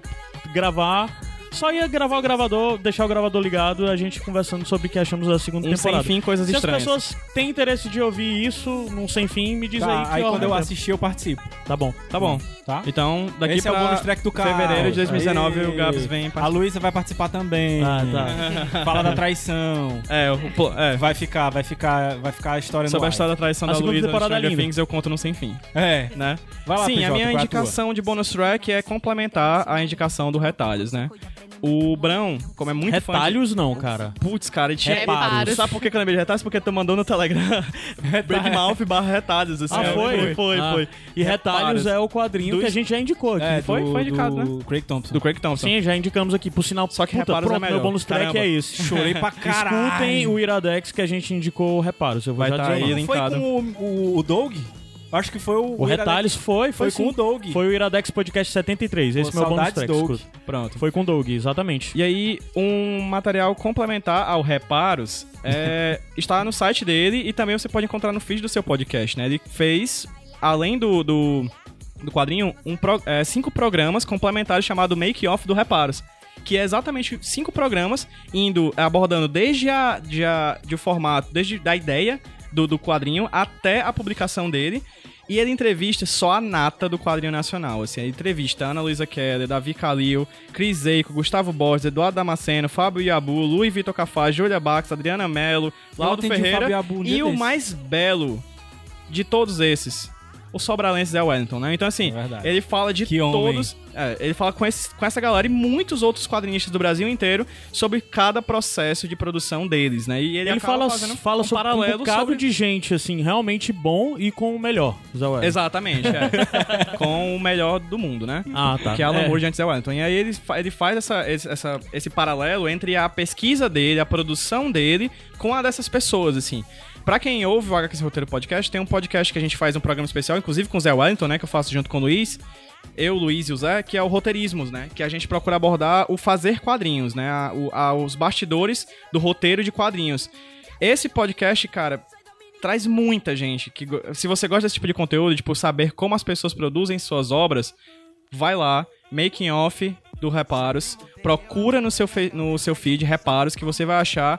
S2: gravar. Só ia gravar o gravador, deixar o gravador ligado, a gente conversando sobre o que achamos da segunda
S4: Um
S2: temporada.
S4: sem fim, coisas
S2: Se
S4: estranhas.
S2: as pessoas têm interesse de ouvir isso num sem fim, me diz aí
S1: Tá,
S2: que
S1: aí
S2: eu
S1: quando eu
S2: arrumo.
S1: assistir, eu participo.
S2: Tá bom.
S4: Tá bom.
S1: Tá?
S4: Então, daqui
S1: Esse é o
S4: pra
S1: bônus track do Caio.
S4: fevereiro de 2019
S1: Ei.
S4: o Gabs vem
S1: A Luísa vai participar também.
S2: Ah, tá.
S1: Fala da traição.
S4: É, o pl- é,
S1: Vai ficar, vai ficar, vai ficar a história
S4: sobre
S1: no
S4: a
S1: ar.
S4: história da traição
S2: A
S4: da
S2: segunda
S4: Luísa
S2: temporada é
S4: Stranger
S2: linda.
S4: Things eu conto no sem fim,
S1: É.
S4: né?
S1: Vai lá,
S4: Sim,
S1: PJ,
S4: a minha
S1: qual é a
S4: indicação de bonus track é complementar a indicação do Retalhos, né? O Brão, como é muito fã de-
S2: Retalhos não, cara.
S4: Putz, cara, tinha
S3: Reparos. Reparos.
S4: Sabe por que que eu lembrei de retalhos? Porque tu mandou no Telegram Bigmouth barra retalhos. Assim,
S2: Ah,
S4: Eu
S2: foi?
S4: lembrei. Foi,
S2: Ah.
S4: foi.
S2: E Retalhos é o quadrinho
S4: Do-
S2: que a gente já indicou aqui.
S1: É,
S2: não foi? né?
S1: do,
S4: Foi indicado,
S1: do Craig Thompson.
S4: Do Craig tá Thompson.
S2: Sim, já indicamos aqui. Por sinal,
S4: Só que
S2: puta,
S4: Reparos é
S2: pronto, meu
S4: melhor.
S2: bônus track
S4: Caramba.
S2: é esse.
S1: Chorei pra caralho.
S2: Escutem o Iradex que a gente indicou o Reparos. Eu vou
S4: Vai
S2: já
S4: tá
S2: dizer
S4: aí,
S2: o nome.
S4: hein?
S1: Não foi
S4: linkado.
S1: com o, o, o Doug? Acho que foi o...
S2: O Retalhos foi, foi,
S1: Foi
S2: sim.
S1: com o Doug.
S2: Foi o Iradex Podcast 73. Esse é
S1: Pô,
S2: meu bônus
S1: saudades,
S2: track.
S1: Doug.
S2: escuta.
S4: Pronto.
S2: Foi com o Doug, exatamente.
S4: E aí, um material complementar ao Reparos é, está no site dele e também você pode encontrar no feed do seu podcast, né? Ele fez, além do, do, do quadrinho, um pro- é, cinco programas complementares chamado Make Off do Reparos. Que é exatamente cinco programas, indo abordando desde a, de a, de o formato, desde da ideia do, do quadrinho até a publicação dele. E ele entrevista só a nata do quadrinho nacional. Assim, ele entrevista a Ana Luísa Keller, Davi Calil, Cris Eico, Gustavo Borges, Eduardo Damasceno, Fábio Iabu, Luiz Vitor Cafá, Júlia Bax, Adriana Mello, Laudo
S1: atendi o
S4: Ferreira.
S1: Fábio Iabu um
S4: e
S1: dia
S4: o
S1: desse.
S4: mais belo de todos esses, o Sobralense Zé Wellington, né? Então, assim,
S1: É verdade.
S4: ele fala de
S1: Que homem.
S4: todos. é, ele fala com, esse- com essa galera e muitos outros quadrinistas do Brasil inteiro sobre cada processo de produção deles, né? E ele,
S2: Ele,
S4: acaba
S2: fala,
S4: fazendo
S2: fala
S4: um
S2: sobre um
S4: paralelo
S2: bocado
S4: sobre...
S2: de gente, assim, realmente bom e com o melhor. Zé Wellington.
S4: Exatamente, é. com o melhor do mundo, né?
S2: Ah, tá.
S4: Que é Alan
S2: É.
S4: Moore de antes é Wellington. E aí ele, fa- ele faz essa, esse- essa- esse paralelo entre a pesquisa dele, a produção dele, com a dessas pessoas, assim. Pra quem ouve o HQS Roteiro Podcast, tem um podcast que a gente faz um programa especial, inclusive com o Zé Wellington, né? Que eu faço junto com o Luiz. Eu, Luiz e o Zé, que é o Roteirismos, né? Que a gente procura abordar o fazer quadrinhos, né? a- o- a- os bastidores do roteiro de quadrinhos. Esse podcast, cara, traz muita gente. Que, go- se você gosta desse tipo de conteúdo, tipo, saber como as pessoas produzem suas obras, vai lá, making off do Reparos, procura no seu, fe- no seu feed Reparos que você vai achar,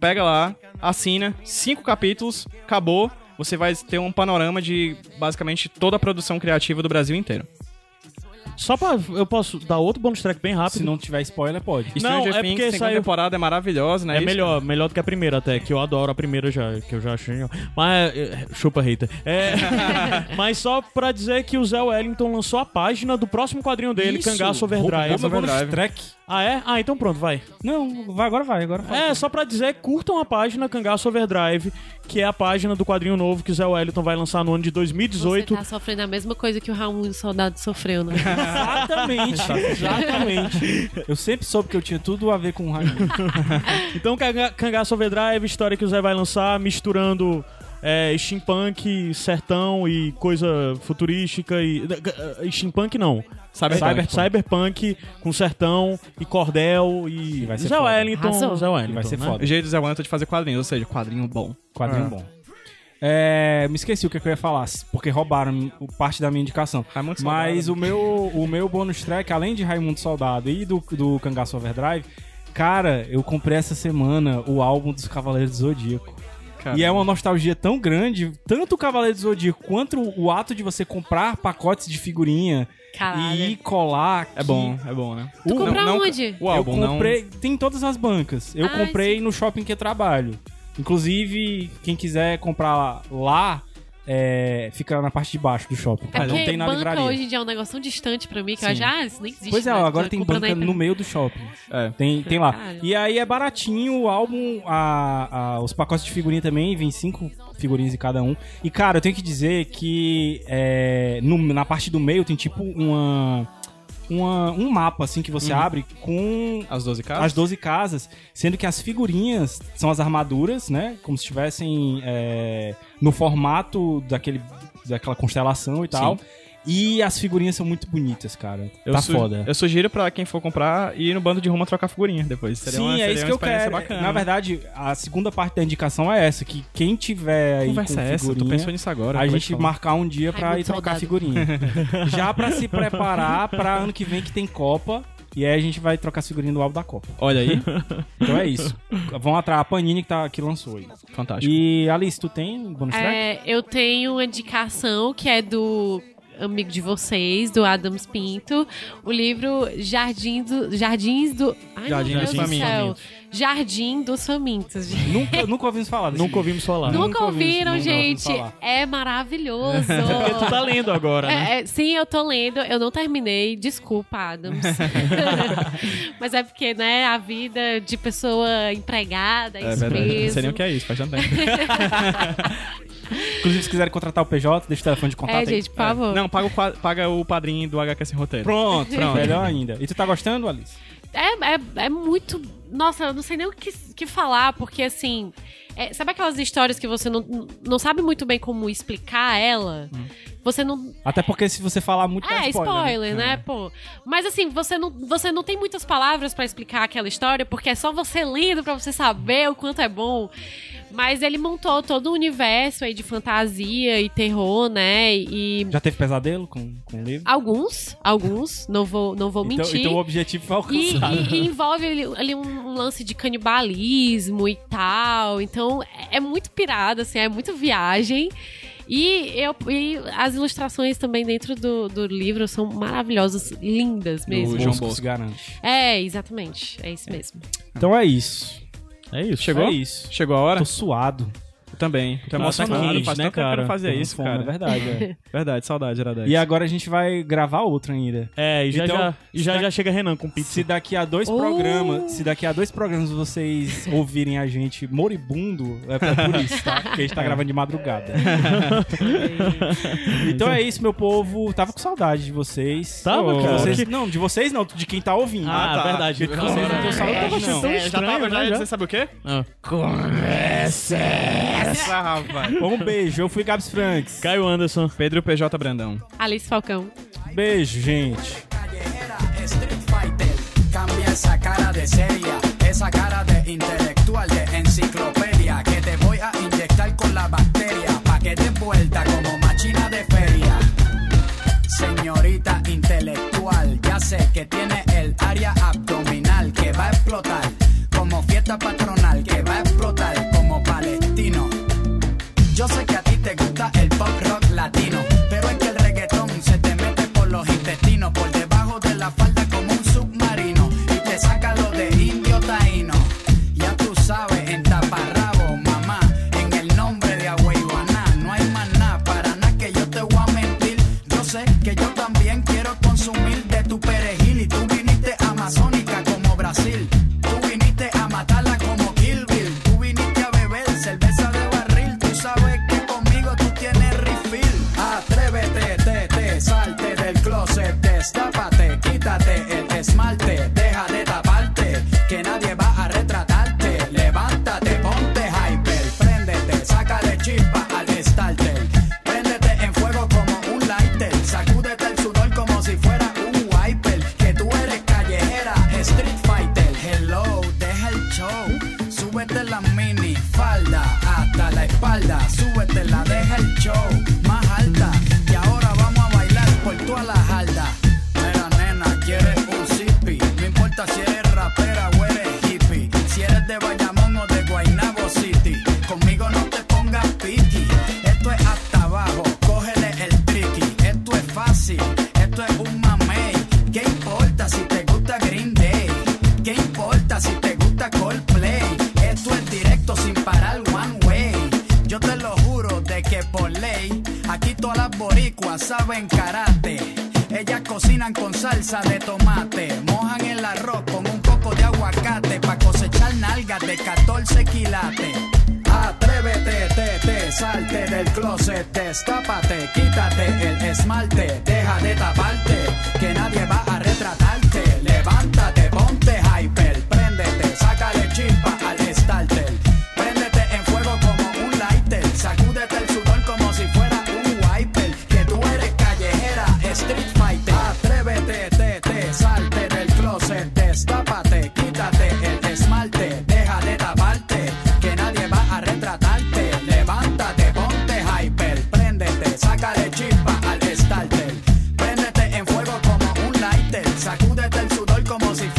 S4: pega lá, assina, cinco capítulos, acabou, você vai ter um panorama de basicamente toda a produção criativa do Brasil inteiro.
S2: Só pra. Eu posso dar outro bônus track bem rápido.
S1: Se não tiver spoiler, pode.
S2: Não, é porque
S4: segunda
S2: saiu-
S4: temporada é maravilhosa, né?
S2: É
S4: Isso,
S2: melhor, melhor do que a primeira até, que eu adoro a primeira já, que eu já acho genial. Mas, eh, chupa hater. É, mas só pra dizer que o Zé Wellington lançou a página do próximo quadrinho dele,
S4: Isso,
S2: Cangaço Overdrive.
S4: roubou meu bônus Overdrive.
S1: Track.
S2: Ah, é? Ah, então pronto, vai.
S1: Não, vai, agora vai, agora vai.
S2: É, só pra dizer, curtam a página Cangaço Overdrive, que é a página do quadrinho novo que o Zé Wellington vai lançar no ano de
S3: Você
S2: 2018.
S3: tá sofrendo a mesma coisa que o Raul Soldado sofreu, né?
S1: Exatamente, exatamente. Eu sempre soube que eu tinha tudo a ver com o Raimundo.
S2: Então, Canga- Cangaço Overdrive, história que o Zé vai lançar, misturando é, steampunk, sertão e coisa futurística e... eh, eh, Steampunk não.
S4: Cyberpunk.
S2: Cyberpunk, Cyberpunk com sertão e cordel e...
S1: vai ser
S2: Zé
S1: foda.
S2: Wellington,
S3: Arrasou.
S2: Zé Wellington.
S1: Vai ser
S2: né?
S1: foda.
S4: O jeito do Zé Wellington de fazer quadrinhos, ou seja, quadrinho bom.
S1: Quadrinho
S4: Ah.
S1: bom. É, me esqueci o que, é que eu ia falar, porque roubaram parte da minha indicação.
S4: Raimundo Soldado.
S1: Mas o meu, o meu bônus track, além de Raimundo Soldado e do, do Cangaço Overdrive, cara, eu comprei essa semana o álbum dos Cavaleiros do Zodíaco.
S4: Cara.
S1: E é uma nostalgia tão grande, tanto o Cavaleiro do Zodíaco quanto o ato de você comprar pacotes de figurinha
S3: Caralho.
S1: e ir colar.
S4: É bom, é bom, né?
S3: Tu
S1: O-
S3: comprar
S4: não-
S3: onde?
S4: O álbum
S1: eu
S4: não-
S1: comprei, tem em todas as bancas. Eu
S3: Ah,
S1: comprei no shopping que eu trabalho. Inclusive, quem quiser comprar lá, é, fica na parte de baixo do shopping.
S3: É
S1: não
S3: porque
S1: tem na
S3: banca
S1: livraria.
S3: hoje em dia é um negócio tão distante pra mim que eu já ah, isso nem existe.
S1: Pois é,
S3: mais, né?
S1: agora
S3: tô
S1: tem
S3: comprando
S1: banca
S3: aí pra-
S1: no meio do shopping.
S4: É.
S1: Tem, tem lá.
S3: Caralho.
S1: E aí é baratinho o álbum, a, a- os pacotes de figurinha também, vem cinco figurinhas em cada um. E cara, eu tenho que dizer que é, no- na parte do meio tem tipo uma, uma- um mapa assim que
S4: Uhum.
S1: você abre com
S4: As 12 casas?
S1: as 12 casas, sendo que as figurinhas são as armaduras, né? Como se estivessem é, no formato daquele, daquela constelação e tal. E as figurinhas são muito bonitas, cara. tá
S4: su-
S1: foda.
S4: Eu sugiro pra quem for comprar ir no bando de rumo trocar figurinha depois. Seria
S1: Sim,
S4: uma,
S1: é
S4: seria
S1: isso
S4: uma
S1: que eu
S4: experiência
S1: quero.
S4: Bacana.
S1: Na verdade, a segunda parte da indicação é essa, que quem tiver aí
S4: conversa
S1: com
S4: é essa? Eu tô
S1: figurinha,
S4: pensando nisso agora.
S1: a
S4: acabei de
S1: gente
S4: falar.
S1: marcar um dia
S3: Ai,
S1: pra ir
S3: muito
S1: trocar
S3: saudade.
S1: figurinha. Já pra se preparar pra ano que vem que tem Copa. E aí a gente vai trocar as figurinhas do álbum da Copa.
S4: Olha aí.
S1: Então é isso. Vão atrás a Panini que, tá, que lançou aí.
S4: Fantástico.
S1: E Alice, tu tem bonus track?
S3: É, eu tenho uma indicação que é do amigo de vocês, do Adams Pinto, o livro Jardim do, Jardins do... Ai,
S4: Jardim
S3: meu
S4: dos
S3: Deus do
S4: Famintos.
S3: céu. Jardim dos Famintos, gente.
S1: Nunca, nunca ouvimos falar desse
S2: Nunca ouvimos falar.
S1: Nunca
S3: Nunca
S1: ouvi,
S3: ouviram,
S1: nunca ouvi
S3: gente?
S1: falar.
S3: É maravilhoso.
S2: Porque tu tá lendo agora, né?
S3: É, é, sim, eu tô lendo, eu não terminei, desculpa, Adams. Mas é porque, né, a vida de pessoa empregada, é
S4: É
S3: isso
S4: verdade. Não
S3: mesmo.
S4: sei nem o que é isso, faz tanto tempo.
S1: Inclusive, se quiserem contratar o PJ, deixa o telefone de contato
S3: É,
S1: aí.
S3: gente, por favor.
S4: Não, paga o, qua- paga o padrinho do HQ Sem Roteiro.
S1: Pronto, pronto.
S2: É
S1: Melhor ainda. E tu tá gostando, Alice?
S3: É, é, é muito. Nossa, eu não sei nem o que, que falar, porque assim. é, sabe aquelas histórias que você não, não sabe muito bem como explicar ela? Você não.
S1: Até porque se você falar muito, dá
S3: É, spoiler,
S1: spoiler
S3: né? Pô. Mas assim, você não, você não tem muitas palavras pra explicar aquela história, porque é só você lendo pra você saber o quanto é bom. Mas ele montou todo um universo aí de fantasia e terror, né? E.
S1: Já teve pesadelo com, com o livro?
S3: Alguns, alguns, não vou, não vou
S1: então,
S3: mentir.
S1: então o objetivo né? foi
S3: E,
S1: alcançado.
S3: e- e envolve ali, ali um, um lance de canibalismo e tal. Então é- é muito pirada, assim, é muito viagem. E, eu, e as ilustrações também dentro do, do livro são maravilhosas, lindas mesmo.
S4: João
S1: Bosco
S4: Bosco.
S1: se garante.
S3: É, exatamente. É isso mesmo.
S1: Então é isso.
S2: É isso.
S4: Chegou?
S1: É isso.
S4: Chegou a hora?
S1: Tô suado.
S4: Eu também.
S1: Tá
S4: Tô
S2: Nossa,
S4: emocionado.
S2: quente,
S4: Faz
S2: né,
S4: tanto tempo que eu
S2: cara?
S4: não fazia
S1: Tô com
S4: isso,
S1: fome, É
S4: cara.
S1: verdade, é.
S4: Verdade, saudade, Iradex.
S1: E agora a gente vai gravar outro ainda.
S2: É, e já
S1: Então,
S2: já, e já, já chega Renan com pizza.
S1: Se daqui a dois
S3: Oh.
S1: programas, se daqui a dois programas vocês ouvirem a gente moribundo, é por isso, tá? Porque a gente tá gravando de madrugada. então é isso, meu povo. Tava com saudade de vocês.
S2: Tava,
S1: De
S2: cara.
S1: vocês- não, de vocês não, de quem tá ouvindo.
S2: Ah, tá. verdade.
S1: De vocês não tô saudade,
S2: achando
S1: não.
S2: tão
S4: É, já
S2: estranho,
S4: tava, já,
S2: né, já?
S4: Você sabe o quê?
S2: Ah.
S4: Essa, rapaz.
S1: Um beijo. Eu fui Gabs Franks.
S2: Caio Anderson.
S4: Pedro PJ Brandão.
S3: Alice Falcão.
S1: Beijo, gente.
S8: Callejera, Street Fighter, cambia esa cara de seria, esa cara de intelectual de enciclopedia, que te voy a inyectar con la bacteria, pa' que te vuelta como machina de feria. Señorita intelectual, ya sé que tiene el área abdominal que va a explotar, como fiesta patronal que va a explotar, como palestino. Yo sé que a ti te gusta el pop rock latino, pero es que el reggaetón se te mete por los intestinos, por debajo de la falda como un submarino y te saca lo de indio taíno. Ya tú sabes, en taparrabo, mamá, en el nombre de Agüeyuaná, no hay más nada, para nada que yo te voy a mentir. Yo sé que yo también quiero consumir de tu perejil y tú viniste amazónica como Brasil, tú viniste a matarla como Kill Bill, tú viniste a beber cerveza de barril, tú sabes que conmigo tú tienes refill. Atrévete, te, te, salte del closet, destápate, quítate el esmalte, deja de taparte, que nadie va a retratarte. Levántate, ponte hyper, préndete, sácale chispa al starter, préndete en fuego como un lighter, sacúdete el sudor como si fuera un wiper, que tú eres callejera, street fighter, hello, deja el show. Súbete la mini falda hasta la espalda, súbete la deja el show más alta y ahora vamos a bailar por toda la jalda. Mira nena, quieres un zippy, no importa si eres rapera o eres hippie, si eres de Bayamón o de Guaynabo City, conmigo no te pongas piqui, esto es hasta abajo, cógele el tricky, esto es fácil, esto es un mamey, ¿qué importa si te gusta Green Day? ¿Qué importa si te gusta Coldplay? Esto es directo sin parar one way. Yo te lo juro de que por ley, aquí todas las boricuas saben karate. Ellas cocinan con salsa de tomate, mojan el arroz con un poco de aguacate para cosechar nalgas de 14 quilates. Atrévete, te, te, salte del closet, destápate, quítate el esmalte, deja de taparte, que nadie va a retratarte. Levántate, ponte hyper, préndete, sácale chispa al starter. Préndete en fuego como un lighter, sacúdete el sudor como si fuera un wiper, que tú eres callejera, como si